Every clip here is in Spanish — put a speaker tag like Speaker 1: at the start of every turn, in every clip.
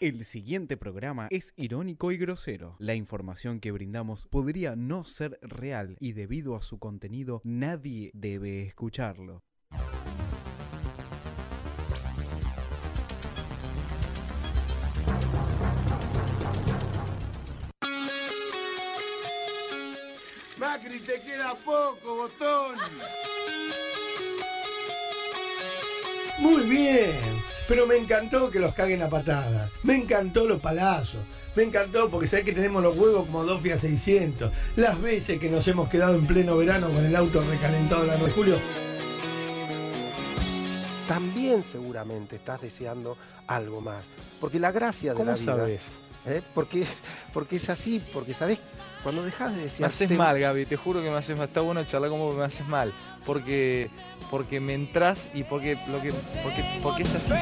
Speaker 1: El siguiente programa es irónico y grosero. La información que brindamos podría no ser real y debido a su contenido nadie debe escucharlo.
Speaker 2: Macri, te queda poco, botón.
Speaker 3: Muy bien, pero me encantó que los caguen a patadas. Me encantó los palazos. Me encantó porque sabés que tenemos los huevos como dos Fiat 600. Las veces que nos hemos quedado en pleno verano con el auto recalentado en la 9 de julio.
Speaker 4: También seguramente estás deseando algo más. Porque la gracia de
Speaker 5: ¿Cómo
Speaker 4: la vida.
Speaker 5: sabes?
Speaker 4: ¿eh? Porque, porque es así, porque sabes, cuando dejas de desear.
Speaker 5: Me haces
Speaker 4: te-
Speaker 5: mal, Gaby, te juro que me haces mal. Está bueno charlar como me haces mal. Porque, porque me entras y porque, lo que, porque, porque es así.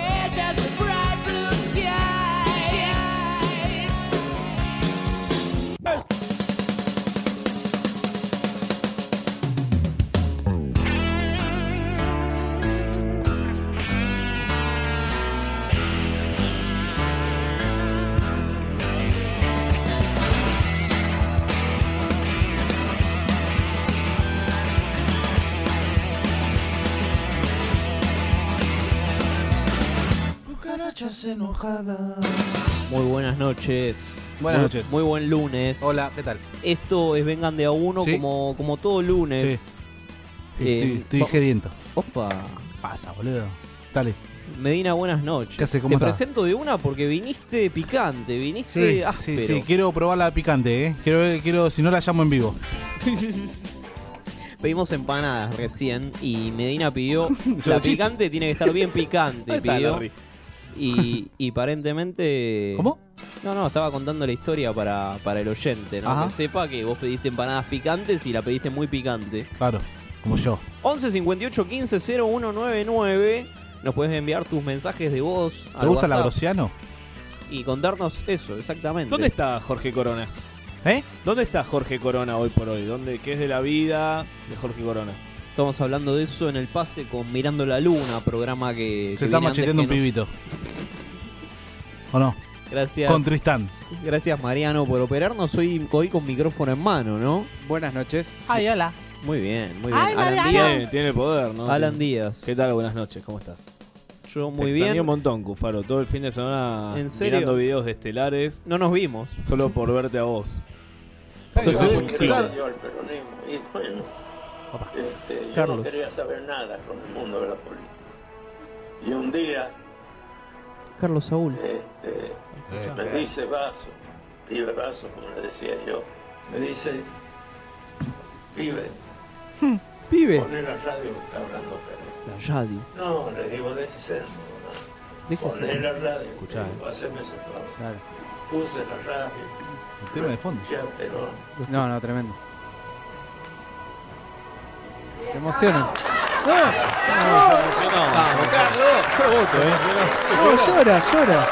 Speaker 6: Muy buenas noches.
Speaker 7: Buenas
Speaker 6: Muy-
Speaker 7: noches.
Speaker 6: Muy buen lunes.
Speaker 7: Hola, ¿qué tal?
Speaker 6: Esto es Vengan de a uno
Speaker 7: Sí.
Speaker 6: como, como todo lunes. Eh,
Speaker 7: estoy estoy
Speaker 6: va-
Speaker 7: gediento.
Speaker 6: Opa.
Speaker 7: Pasa, boludo. Dale.
Speaker 6: Medina, buenas noches.
Speaker 7: ¿Qué hace? ¿Cómo
Speaker 6: Te
Speaker 7: estás?
Speaker 6: presento de una porque viniste picante, viniste
Speaker 7: sí,
Speaker 6: áspero.
Speaker 7: sí, quiero probar la picante, eh. Quiero, quiero, si no la llamo en vivo.
Speaker 6: Pedimos empanadas recién y Medina pidió la
Speaker 7: chiste.
Speaker 6: picante tiene que estar bien picante, pidió. Y, y aparentemente
Speaker 7: ¿Cómo?
Speaker 6: No, no, estaba contando la historia para, para el oyente, ¿no?
Speaker 7: Ajá.
Speaker 6: Que sepa que vos pediste empanadas picantes y la pediste muy picante.
Speaker 7: Claro, como yo.
Speaker 6: 11 58 15 0199. Nos puedes enviar tus mensajes de voz.
Speaker 7: ¿Te
Speaker 6: al
Speaker 7: gusta la
Speaker 6: WhatsApp
Speaker 7: grosiano?
Speaker 6: Y contarnos eso, exactamente.
Speaker 8: ¿Dónde está Jorge Corona?
Speaker 7: ¿Eh?
Speaker 8: ¿Dónde está Jorge Corona hoy por hoy? ¿Dónde, ¿Qué es de la vida de Jorge Corona?
Speaker 6: Estamos hablando de eso en el pase con Mirando la Luna, programa que. que
Speaker 7: Se está
Speaker 6: viene antes
Speaker 7: macheteando un
Speaker 6: que nos-
Speaker 7: pibito. ¿O no?
Speaker 6: Gracias.
Speaker 7: Con Tristán.
Speaker 6: Gracias, Mariano, por operarnos hoy, hoy con micrófono en mano, ¿no?
Speaker 1: Buenas noches.
Speaker 9: Ay, hola.
Speaker 6: Muy bien, muy bien. Alan Díaz.
Speaker 8: Tiene, tiene poder, ¿no?
Speaker 6: Alan Díaz.
Speaker 8: ¿Qué tal? Buenas noches, ¿cómo estás?
Speaker 6: Yo
Speaker 8: Te
Speaker 6: muy
Speaker 8: extrañé
Speaker 6: bien.
Speaker 8: un montón, Cufaro. Todo el fin de semana
Speaker 6: ¿En serio?
Speaker 8: mirando videos de estelares
Speaker 6: No nos vimos.
Speaker 8: solo por verte a vos.
Speaker 6: Sos-
Speaker 8: Sos
Speaker 6: sos-
Speaker 8: un gil.
Speaker 10: Yo al peronismo y bueno,
Speaker 6: Papá.
Speaker 10: este, yo
Speaker 6: Carlos.
Speaker 10: no quería saber nada con el mundo de la política. Y un día
Speaker 6: Carlos Saúl.
Speaker 9: Eh.
Speaker 10: este,
Speaker 7: Eh,
Speaker 10: me dice Vaso, vive Vaso como le decía yo, me dice, vive,
Speaker 7: Hmm, Pibe.
Speaker 10: poné la radio que está hablando Perón.
Speaker 6: La radio.
Speaker 10: No, le digo, déjese, no, no.
Speaker 6: Déjese.
Speaker 10: poné la radio, le
Speaker 7: eh.
Speaker 10: digo, haceme ese favor. Puse la radio,
Speaker 7: El tema de fondo.
Speaker 10: ya Perón.
Speaker 7: No, no, tremendo. Te emociona. Ah. eh.
Speaker 9: No, llora, llora.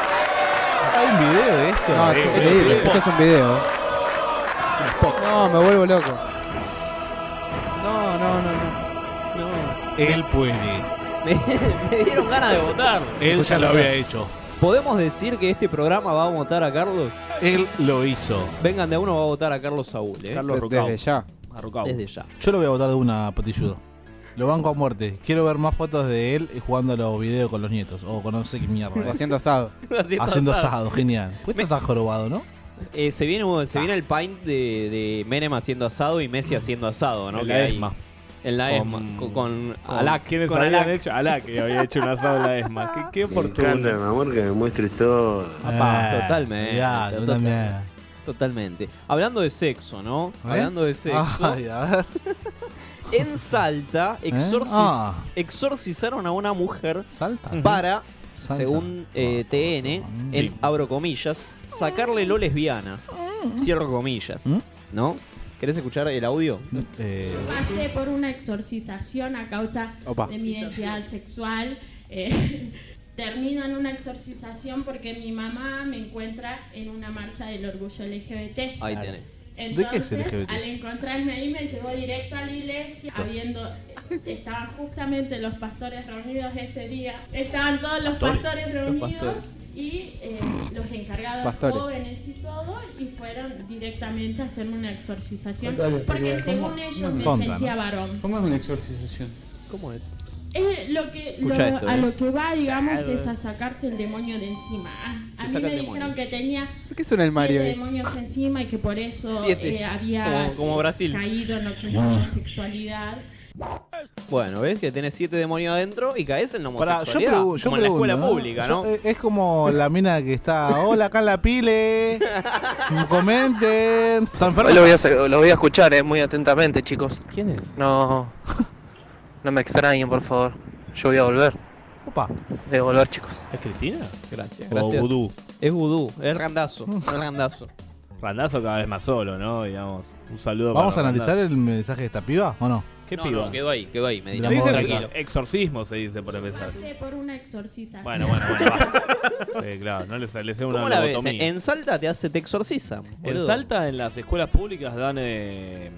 Speaker 7: Hay un video de esto.
Speaker 9: No, es increíble. Esto es un video. No, me vuelvo loco. No, no, no, no.
Speaker 6: No.
Speaker 7: Él puede.
Speaker 6: Me, me dieron ganas de votar.
Speaker 7: Él ya lo había hecho.
Speaker 6: ¿Podemos decir que este programa va a votar a Carlos?
Speaker 7: Él lo hizo.
Speaker 6: Vengan de a uno, va a votar a Carlos Saúl, ¿eh?
Speaker 8: Carlos Rucao.
Speaker 9: Desde ya.
Speaker 8: Arrucao.
Speaker 6: Desde ya.
Speaker 7: Yo lo voy a votar de una, Patilludo. Lo banco a muerte. Quiero ver más fotos de él jugando a los videos con los nietos. O con no sé qué mierda.
Speaker 9: O
Speaker 7: es.
Speaker 9: Haciendo asado.
Speaker 7: Haciendo
Speaker 6: asado.
Speaker 7: asado, genial. ¿Por qué estás tan jorobado, no?
Speaker 6: Eh, se viene, se viene el pint de, de Menem haciendo asado y Messi haciendo asado, ¿no?
Speaker 8: En
Speaker 6: Que
Speaker 8: la
Speaker 6: hay-
Speaker 8: ESMA.
Speaker 6: En la
Speaker 8: Con-
Speaker 6: ESMA. Con, con
Speaker 8: Con-
Speaker 6: Alac.
Speaker 8: ¿Quiénes eh?
Speaker 6: con
Speaker 8: habían
Speaker 6: Alac.
Speaker 8: hecho? Alá, que había hecho una asado en la ESMA. Qué, qué oportuno.
Speaker 4: amor, que me muestres todo.
Speaker 6: Papá, Ah, totalmente,
Speaker 7: Eh, Ya, yo
Speaker 6: total-
Speaker 7: también.
Speaker 6: Totalmente. Hablando de sexo, ¿no?
Speaker 7: ¿Eh?
Speaker 6: Hablando de sexo.
Speaker 7: Ay, a ver.
Speaker 6: En Salta exorciz-
Speaker 7: Ah.
Speaker 6: exorcizaron a una mujer
Speaker 7: Salta.
Speaker 6: para,
Speaker 7: Salta. Ah,
Speaker 6: según eh, TN, en,
Speaker 8: Sí.
Speaker 6: abro comillas, sacarle lo lesbiana. Cierro comillas.
Speaker 7: Ah. ¿Mm?
Speaker 6: ¿No? ¿Querés escuchar el audio?
Speaker 7: Eh,
Speaker 11: pasé por una exorcización a causa
Speaker 6: Opa.
Speaker 11: de mi identidad sexual. Eh, termino en una exorcización porque mi mamá me encuentra en una marcha del orgullo LGBT.
Speaker 6: Ahí tenés.
Speaker 7: ¿De qué es
Speaker 11: Entonces,
Speaker 7: LGBT?
Speaker 11: al encontrarme ahí me llevó directo a la iglesia, habiendo eh, estaban justamente los pastores reunidos ese día. Estaban todos los pastores, reunidos y eh, los encargados
Speaker 1: Pastores.
Speaker 11: jóvenes y todo, y fueron directamente a hacerme una exorcización,
Speaker 1: Contale,
Speaker 11: porque
Speaker 1: querida.
Speaker 11: según
Speaker 1: ¿Cómo?
Speaker 11: ellos me
Speaker 1: Conta, ¿no?
Speaker 11: sentía varón.
Speaker 1: ¿Cómo es una exorcización?
Speaker 6: ¿Cómo es?
Speaker 11: Eh, lo que, lo-
Speaker 1: Escucha esto,
Speaker 11: a
Speaker 1: eh.
Speaker 11: lo que va, digamos,
Speaker 1: Claro.
Speaker 11: es a sacarte el demonio de encima. Ah, A
Speaker 1: Te
Speaker 11: mí
Speaker 1: saca
Speaker 11: me
Speaker 1: el
Speaker 11: dijeron que tenía
Speaker 1: qué suena el Mario
Speaker 11: siete
Speaker 1: ahí?
Speaker 11: demonios encima y que por eso
Speaker 6: Siete.
Speaker 11: eh, había
Speaker 6: Como- como
Speaker 11: eh,
Speaker 6: Brasil.
Speaker 11: caído en lo que es la homosexualidad.
Speaker 6: Bueno, ves que tenés siete demonios adentro y caes en la
Speaker 7: Pará,
Speaker 6: homosexualidad.
Speaker 7: yo pregunto, yo
Speaker 6: como en la
Speaker 7: pregunto,
Speaker 6: escuela
Speaker 7: ¿no?
Speaker 6: pública,
Speaker 7: Yo-
Speaker 6: ¿no?
Speaker 7: eh, es como la mina que está, hola acá en la pile, comenten. ¿Está enfermo?
Speaker 12: Hoy lo voy a, sa- lo voy a escuchar eh, muy atentamente, chicos.
Speaker 7: ¿Quién es?
Speaker 12: No, no me extrañen, por favor. Yo voy a volver.
Speaker 7: Opa.
Speaker 12: Voy a volver, chicos.
Speaker 8: ¿Es Cristina?
Speaker 6: Gracias,
Speaker 8: O
Speaker 6: gracias.
Speaker 8: vudú.
Speaker 6: Es vudú, es randazo, es randazo.
Speaker 8: Randazo cada vez más solo, ¿no? Digamos. Un saludo
Speaker 7: ¿Vamos a
Speaker 8: para
Speaker 7: analizar
Speaker 8: Randazo.
Speaker 7: el mensaje de esta piba o no?
Speaker 8: ¿Qué
Speaker 6: no,
Speaker 8: piba?
Speaker 6: no, quedó ahí, quedó ahí. Me
Speaker 8: Le
Speaker 6: dijeron.
Speaker 8: dicen
Speaker 6: Tranquilo.
Speaker 8: exorcismo, se dice, por empezar.
Speaker 11: Pasé por una exorcización.
Speaker 8: Bueno, bueno, bueno. va. Sí, claro, no le sale una
Speaker 6: ¿Cómo la ves?
Speaker 8: lobotomía.
Speaker 6: En Salta te hace, te exorciza.
Speaker 8: En
Speaker 6: boludo.
Speaker 8: Salta, en las escuelas públicas, dan. eh,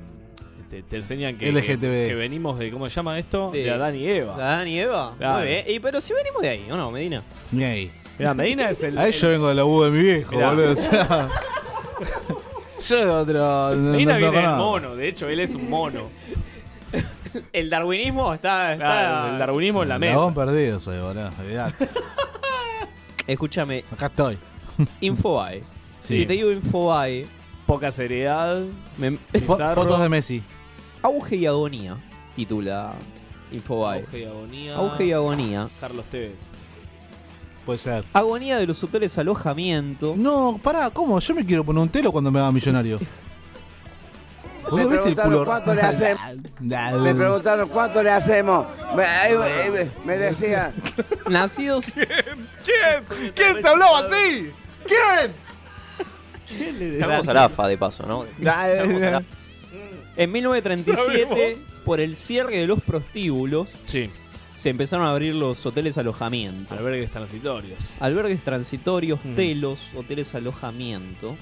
Speaker 8: te, te enseñan que, que,
Speaker 7: LGTB.
Speaker 8: que venimos de. ¿Cómo se llama esto? De,
Speaker 6: De-
Speaker 8: Adán y Eva.
Speaker 6: Adán y Eva.
Speaker 8: Claro.
Speaker 6: Muy bien. Y, pero si venimos de ahí, ¿o no, Medina?
Speaker 7: Ni ahí.
Speaker 8: Mira, Medina es el.
Speaker 7: Ahí yo vengo de la U de mi viejo,
Speaker 8: Mirá.
Speaker 7: boludo. O sea, yo de otro. no-
Speaker 8: Medina
Speaker 7: no
Speaker 8: viene
Speaker 7: toco
Speaker 8: del
Speaker 7: nada.
Speaker 8: mono, de hecho, él es un mono.
Speaker 6: El darwinismo está. está-
Speaker 8: Claro, el darwinismo en la mesa.
Speaker 7: Dragón perdido soy, boludo. olvidate.
Speaker 6: Escúchame,
Speaker 7: Acá estoy.
Speaker 6: Infobae.
Speaker 7: Sí.
Speaker 6: Si te digo Infobae,
Speaker 8: Poca seriedad.
Speaker 6: me-
Speaker 7: Fo-
Speaker 8: Bizarro.
Speaker 7: fotos de Messi.
Speaker 6: Auge y agonía, titula Infobae.
Speaker 8: Auge y agonía.
Speaker 6: Auge y agonía.
Speaker 8: Carlos Tevez.
Speaker 7: Puede ser.
Speaker 6: Agonía de los autores alojamiento.
Speaker 7: No, pará, ¿cómo? Yo me quiero poner un telo cuando me haga millonario. ¿Vos viste el culo? Dale.
Speaker 13: Me preguntaron cuánto le hacemos. Me, eh, eh, me decían.
Speaker 6: Nacidos.
Speaker 13: ¿Quién? ¿Quién te habló así? ¿Quién?
Speaker 6: Estamos a la AFA, de paso, ¿no? Estamos a la- En 1937, por el cierre de los prostíbulos, se empezaron a abrir los hoteles alojamiento.
Speaker 8: Albergues transitorios. Mm.
Speaker 6: Albergues transitorios, telos, hoteles alojamiento.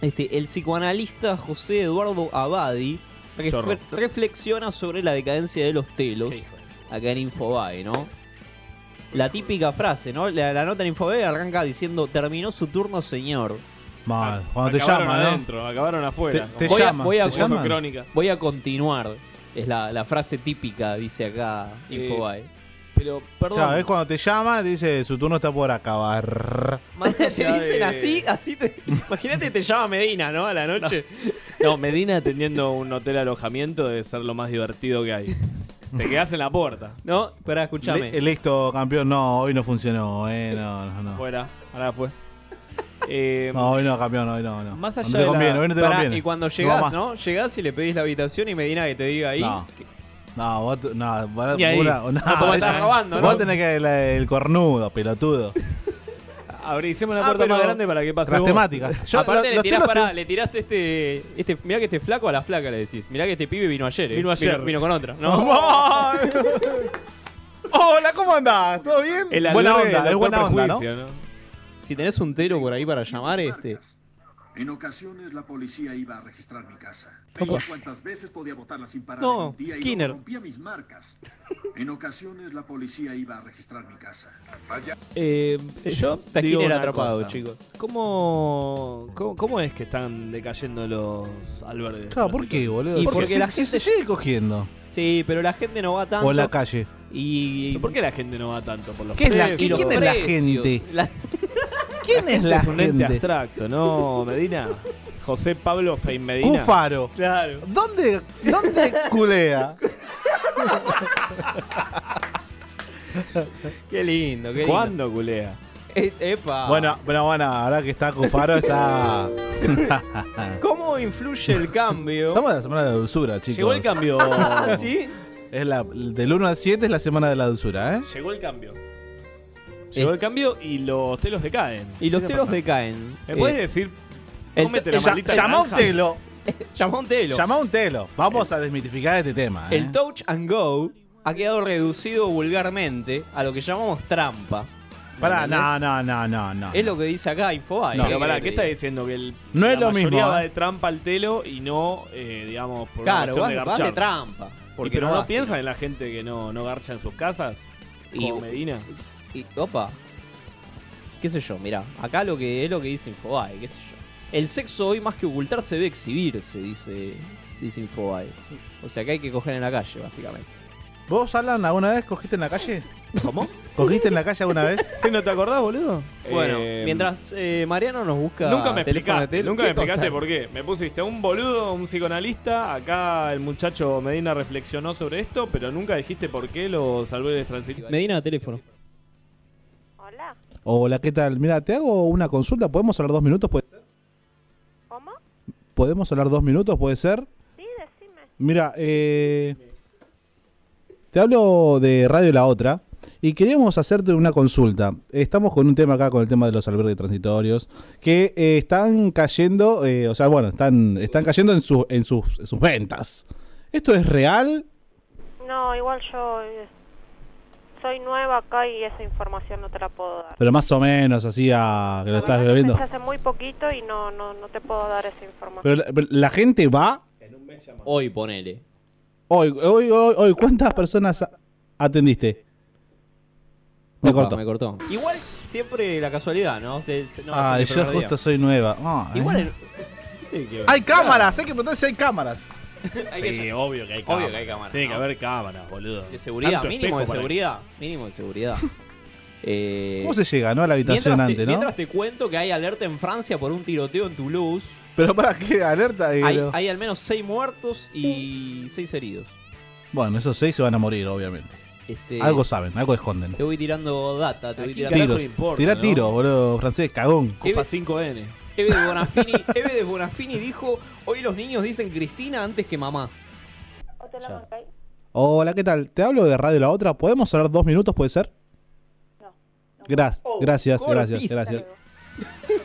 Speaker 6: Este, el psicoanalista José Eduardo Abadi ref-
Speaker 8: Chorro.
Speaker 6: reflexiona sobre la decadencia de los telos acá en Infobae, ¿no? La típica frase, ¿no? La, la nota en Infobae arranca diciendo, terminó su turno, señor.
Speaker 7: Mal. Cuando te
Speaker 8: acabaron
Speaker 7: llaman, ¿no?
Speaker 8: adentro, acabaron afuera.
Speaker 7: Te- te
Speaker 8: Como-
Speaker 6: voy
Speaker 7: llaman,
Speaker 6: a, voy a-
Speaker 7: te
Speaker 6: voy a-
Speaker 7: llaman.
Speaker 8: Crónica.
Speaker 6: voy a continuar. Es la, la frase típica, dice acá
Speaker 8: Eh,
Speaker 6: Infobae.
Speaker 8: Pero, perdón.
Speaker 7: Claro, es cuando te llama, te dice, su turno está por acabar.
Speaker 6: Más allá
Speaker 8: de-
Speaker 6: te dicen así, así te... Imagínate te llama Medina, ¿no? A la noche.
Speaker 8: No, Medina atendiendo un hotel alojamiento debe ser lo más divertido que hay. Te quedás en la puerta.
Speaker 6: No, pará, escúchame.
Speaker 7: Le- Listo, campeón, no, hoy no funcionó, eh, no, no, no.
Speaker 8: Fuera, ahora fue. Eh,
Speaker 7: No, hoy no, campeón, hoy no, no.
Speaker 8: Más
Speaker 7: No
Speaker 8: allá
Speaker 7: te
Speaker 8: de la-
Speaker 7: conviene, hoy no te
Speaker 6: Pará,
Speaker 7: conviene.
Speaker 6: y cuando
Speaker 7: No
Speaker 6: llegás,
Speaker 7: más.
Speaker 6: ¿no? Llegás y le pedís la habitación y Medina que te diga ahí.
Speaker 7: No.
Speaker 6: que-
Speaker 7: No, vos, t- no, vos,
Speaker 6: Ni ahí.
Speaker 7: vos la-
Speaker 6: No,
Speaker 7: no,
Speaker 6: como
Speaker 7: vos-
Speaker 6: estás robando,
Speaker 7: vos
Speaker 6: ¿no?
Speaker 7: tenés que el, el cornudo, pelotudo.
Speaker 8: Abrí, hicimos una
Speaker 6: Ah,
Speaker 8: puerta
Speaker 6: pero-
Speaker 8: más grande para que pase
Speaker 7: Las
Speaker 8: vos.
Speaker 7: temáticas. Yo-
Speaker 6: Aparte
Speaker 7: lo-
Speaker 6: le
Speaker 7: los
Speaker 6: tirás,
Speaker 7: telos
Speaker 6: pará,
Speaker 7: te-
Speaker 6: le tirás este, este. Mirá que este flaco a la flaca le decís. Mirá que este pibe vino ayer. eh.
Speaker 8: Vino ayer.
Speaker 6: Vino, con otra. ¿no?
Speaker 7: ¡Mamá! Hola, ¿cómo andás? ¿Todo bien?
Speaker 6: El
Speaker 7: buena
Speaker 6: albergue del
Speaker 7: onda, es buena
Speaker 6: Doctor
Speaker 7: onda, ¿no?
Speaker 6: Prejuicio, Si tenés un telo por ahí para llamar, este.
Speaker 14: En ocasiones la policía iba a registrar mi casa.
Speaker 6: Opa.
Speaker 14: Veía cuántas veces podía botarla sin parar
Speaker 6: No,
Speaker 14: en un día y
Speaker 6: Skinner.
Speaker 14: luego rompía mis marcas. En ocasiones la policía iba a registrar mi casa.
Speaker 8: Eh, yo
Speaker 6: Tajín
Speaker 8: digo
Speaker 6: era
Speaker 8: una
Speaker 6: atrapado,
Speaker 8: cosa.
Speaker 6: chicos.
Speaker 8: ¿Cómo, cómo, cómo es que están decayendo los albergues?
Speaker 7: Claro, ¿por qué, boludo?
Speaker 6: Y
Speaker 7: Porque
Speaker 6: porque
Speaker 7: se-
Speaker 6: la
Speaker 7: se-
Speaker 6: gente-
Speaker 7: se sigue cogiendo.
Speaker 6: Sí, pero la gente no va tanto.
Speaker 7: O en la calle.
Speaker 6: Y.
Speaker 8: ¿Por qué la gente no va tanto por los
Speaker 7: ¿Qué es la-
Speaker 8: precios?
Speaker 7: quién es la gente?
Speaker 6: La-
Speaker 7: ¿Quién es la
Speaker 8: es un ente
Speaker 7: gente?
Speaker 8: abstracto, ¿no, Medina? José Pablo Fein Medina.
Speaker 7: Cufaro.
Speaker 8: Claro.
Speaker 7: ¿Dónde, dónde culea?
Speaker 6: Qué lindo, qué lindo.
Speaker 8: ¿Cuándo culea?
Speaker 6: E- Epa.
Speaker 7: Ah. Bueno, bueno, bueno, ahora que está Cufaro, está.
Speaker 6: ¿Cómo influye el cambio?
Speaker 7: Estamos en la semana de la dulzura, chicos.
Speaker 6: Llegó el cambio. ¿Sí?
Speaker 7: Es la, del 1 al 7 es la semana de la dulzura, ¿eh?
Speaker 8: Llegó el cambio. Llegó el cambio y los telos decaen.
Speaker 6: Y los
Speaker 8: ¿Qué te
Speaker 6: telos
Speaker 8: pasa?
Speaker 6: decaen.
Speaker 8: ¿Me puedes
Speaker 6: Eh,
Speaker 8: decir?
Speaker 6: el-
Speaker 8: Cómete la
Speaker 6: eh, ya-
Speaker 8: maldita
Speaker 6: llamá
Speaker 8: naranja?
Speaker 6: un telo. Llamó un telo.
Speaker 7: Llama un telo. Vamos a desmitificar este tema. ¿eh?
Speaker 6: El touch and go ha quedado reducido vulgarmente a lo que llamamos trampa.
Speaker 7: Pará, no,
Speaker 6: ¿Entendés?
Speaker 7: no, no, no, no.
Speaker 6: Es lo que dice acá Infobae.
Speaker 7: No.
Speaker 8: Oh, Pero pará, ¿qué está diciendo? Que el,
Speaker 7: No
Speaker 8: la
Speaker 7: es lo
Speaker 8: mayoría
Speaker 7: mismo,
Speaker 8: va
Speaker 7: ¿eh?
Speaker 8: de trampa al telo y no, eh, digamos, por
Speaker 6: Claro,
Speaker 8: una
Speaker 6: vas,
Speaker 8: cuestión de
Speaker 6: vas
Speaker 8: garchar.
Speaker 6: de trampa.
Speaker 8: Y
Speaker 6: Porque
Speaker 8: pero
Speaker 6: no,
Speaker 8: no,
Speaker 6: vas,
Speaker 8: piensan
Speaker 6: sino-
Speaker 8: en la gente que no, no garcha en sus casas?
Speaker 6: Y-
Speaker 8: como Medina.
Speaker 6: y- opa. qué sé yo, mirá, acá lo que es lo que dice Infobae, qué sé yo. El sexo hoy más que ocultarse debe exhibirse, dice, dice Infobae. O sea que hay que coger en la calle, básicamente.
Speaker 7: ¿Vos, Alan, alguna vez cogiste en la calle?
Speaker 6: ¿Cómo?
Speaker 7: ¿Cogiste en la calle alguna vez?
Speaker 8: Sí, ¿no te acordás, boludo?
Speaker 6: Bueno,
Speaker 8: Eh,
Speaker 6: mientras eh, Mariano nos busca
Speaker 8: Nunca me
Speaker 6: teléfono de
Speaker 8: explicaste,
Speaker 6: tel-
Speaker 8: nunca me
Speaker 6: ¿qué cosa?
Speaker 8: explicaste por qué. Me pusiste un boludo, un psicoanalista. Acá el muchacho Medina reflexionó sobre esto, pero nunca dijiste por qué lo salvé de transitorio.
Speaker 6: Medina, teléfono.
Speaker 7: Hola, ¿qué tal? Mira, te hago una consulta. ¿Podemos hablar dos minutos? ¿Puede ser? ¿Cómo? ¿Podemos hablar dos minutos? ¿Puede ser? Sí, decime. Mira, eh, te hablo de Radio La Otra y queríamos hacerte una consulta. Estamos con un tema acá, con el tema de los albergues transitorios, que eh, están cayendo, eh, o sea, bueno, están, están cayendo en, sus en, sus, en sus ventas. ¿Esto es real?
Speaker 9: No, igual yo eh, soy nueva acá y esa información no te la puedo dar.
Speaker 7: Pero más o menos, así a que lo estás viendo.
Speaker 9: Empecé hace muy poquito y no, no, no te puedo dar esa información.
Speaker 7: Pero la, pero la gente va.
Speaker 6: Hoy ponele.
Speaker 7: Hoy, hoy, hoy, hoy, ¿cuántas personas a- atendiste? Me
Speaker 6: Opa,
Speaker 7: cortó.
Speaker 6: Me cortó. Igual siempre la casualidad, ¿no? Se- se- no,
Speaker 7: Ay,
Speaker 6: es el
Speaker 7: Ah, yo
Speaker 6: primer día.
Speaker 7: justo soy nueva. Ay.
Speaker 6: Igual en-
Speaker 7: Hay cámaras, hay que preguntar si hay cámaras.
Speaker 8: Sí, obvio que hay cámaras.
Speaker 6: Obvio que hay cámaras,
Speaker 8: Tiene que
Speaker 6: ¿no?
Speaker 8: haber cámaras, boludo.
Speaker 6: De seguridad,
Speaker 8: Tanto
Speaker 6: mínimo de
Speaker 8: espejo para-
Speaker 6: seguridad. Mínimo de seguridad. Eh,
Speaker 7: ¿Cómo se llega, no? A la habitación
Speaker 6: mientras te-
Speaker 7: antes, ¿no?
Speaker 6: Mientras te cuento que hay alerta en Francia por un tiroteo en Toulouse.
Speaker 7: Pero para qué alerta.
Speaker 6: Hay,
Speaker 7: Pero-
Speaker 6: hay al menos seis muertos y seis heridos.
Speaker 7: Bueno, esos seis se van a morir, obviamente.
Speaker 6: Este,
Speaker 7: Algo saben, algo esconden.
Speaker 6: Te voy tirando data, te voy tirando
Speaker 7: Tiros. Tirá tiro, boludo, francés, cagón.
Speaker 8: Cofa 5N.
Speaker 6: Eve de, Bonafini, Eve de Bonafini dijo, hoy los niños dicen Cristina antes que mamá.
Speaker 7: Hola, ¿qué tal? Te hablo de Radio La Otra. ¿Podemos hablar dos minutos, puede ser? Gra- gracias, gracias,
Speaker 6: Oh, cortísimo.
Speaker 7: gracias.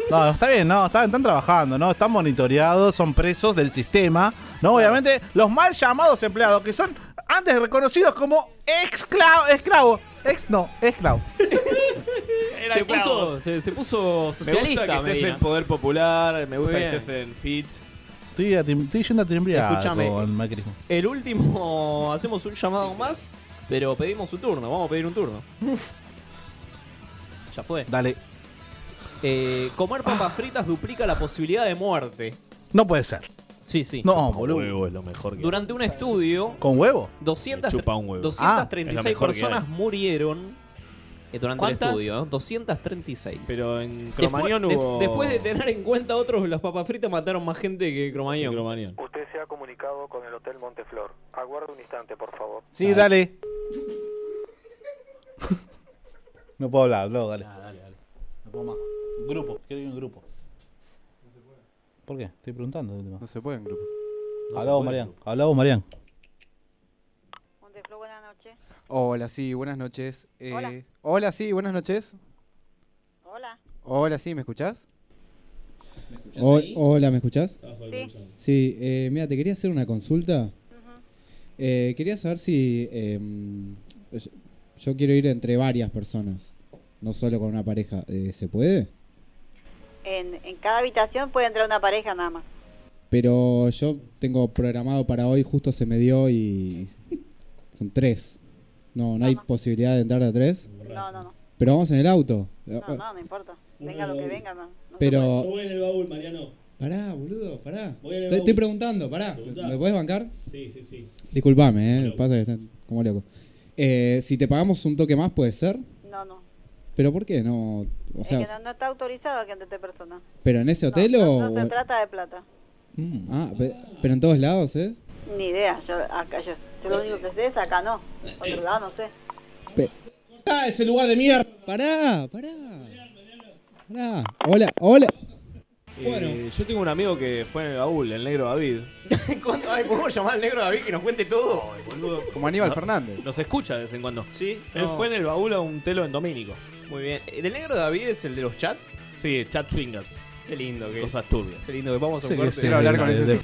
Speaker 7: No, está bien, no, están, están trabajando, ¿no? Están monitoreados, son presos del sistema, ¿no? Obviamente, los mal llamados empleados, que son antes reconocidos como esclavo, esclavo, ex, no, esclavo.
Speaker 8: Se puso,
Speaker 6: se, se puso
Speaker 8: Me gusta
Speaker 6: socialista,
Speaker 8: que estés
Speaker 6: Medina.
Speaker 8: en Poder Popular, me gusta
Speaker 6: Muy
Speaker 8: que
Speaker 6: bien.
Speaker 8: estés en FITS.
Speaker 7: Estoy, atim- estoy yendo a timbrear
Speaker 6: Escúchame.
Speaker 7: con Macri.
Speaker 6: El último, hacemos un llamado más, pero pedimos su turno, vamos a pedir un turno. Ya fue.
Speaker 7: Dale.
Speaker 6: Eh, comer papas fritas duplica la posibilidad de muerte.
Speaker 7: No puede ser.
Speaker 6: Sí, sí.
Speaker 7: No, boludo.
Speaker 8: es lo mejor
Speaker 6: Durante un estudio,
Speaker 7: ¿Con huevo?
Speaker 6: 200
Speaker 8: Me chupa un huevo. Ah, es lo
Speaker 6: 236
Speaker 8: mejor que
Speaker 6: personas murieron eh, durante
Speaker 8: ¿Cuántas?
Speaker 6: el estudio. ¿no? 236.
Speaker 8: Pero en
Speaker 6: Después-
Speaker 8: Cromañón
Speaker 6: de-
Speaker 8: hubo...
Speaker 6: después de tener en cuenta otros, las papas fritas mataron más gente que Cromañón.
Speaker 3: Usted se ha comunicado con el Hotel Monteflor. Aguarde un instante, por favor.
Speaker 7: Sí, dale. no puedo hablar, luego, dale. dale, dale. No puedo más. Grupo, quiero ir en grupo. ¿Por qué? Estoy preguntando. No
Speaker 15: se puede en grupo.
Speaker 7: Hablá vos, Marian. Hablá vos, Marian.
Speaker 15: Hola, sí, buenas noches. Eh, hola. sí, buenas noches.
Speaker 9: Hola.
Speaker 15: Hola, sí, ¿me escuchás?
Speaker 1: Hol- hola, ¿me escuchás?
Speaker 9: Ah, Sí.
Speaker 1: Sí, eh, mira, te quería hacer una consulta. Eh, quería saber si eh, yo- yo quiero ir entre varias personas, no solo con una pareja. Eh, ¿Se puede?
Speaker 9: En, en cada habitación puede entrar una pareja nada más.
Speaker 1: Pero yo tengo programado para hoy, justo se me dio y son tres. No, no hay posibilidad de entrar a tres.
Speaker 9: No, no, no.
Speaker 1: Pero vamos en el auto.
Speaker 9: No, no, no importa. Venga lo que venga, no.
Speaker 1: Pero
Speaker 14: Yo voy en el baúl, Mariano.
Speaker 1: Pará, boludo, pará.
Speaker 14: Voy en el
Speaker 1: Te
Speaker 14: baúl.
Speaker 1: estoy preguntando, pará.
Speaker 14: Preguntá.
Speaker 1: ¿Me puedes bancar?
Speaker 14: Sí, sí, sí.
Speaker 1: Disculpame, eh. Pasa que están como loco. Eh, si te pagamos un toque más, ¿puede ser?
Speaker 9: No, no.
Speaker 1: ¿Pero por qué? No, o
Speaker 9: Es
Speaker 1: sea,
Speaker 9: que no, no está autorizado que entre tres personas.
Speaker 1: ¿pero en ese hotel o...?
Speaker 9: No se trata de plata.
Speaker 1: Mm, ah, pe- pero en todos lados, ¿eh?
Speaker 9: Ni idea. Yo, acá, yo, yo lo único que sé es acá no. Otro lado no sé.
Speaker 1: ¡Ah, ese lugar de mierda! Pará, pará. Pará. Hola, hola.
Speaker 8: Bueno. Eh, Yo tengo un amigo que fue en el baúl, el negro David.
Speaker 6: ¿Cuánto- ay, ¿Podemos llamar al negro David que nos cuente todo?
Speaker 15: Como Aníbal
Speaker 8: No-
Speaker 15: Fernández.
Speaker 8: Nos escucha de vez en cuando.
Speaker 6: Sí.
Speaker 8: Él
Speaker 6: no.
Speaker 8: fue en el baúl a un telo en Domínico.
Speaker 6: Muy bien. ¿El del negro David es el de los chat?
Speaker 8: Sí, chat swingers.
Speaker 6: Qué lindo que
Speaker 8: Cosas
Speaker 6: es.
Speaker 8: turbias.
Speaker 6: Qué lindo que vamos a
Speaker 8: Sí,
Speaker 6: un corte.
Speaker 8: quiero hablar con ese-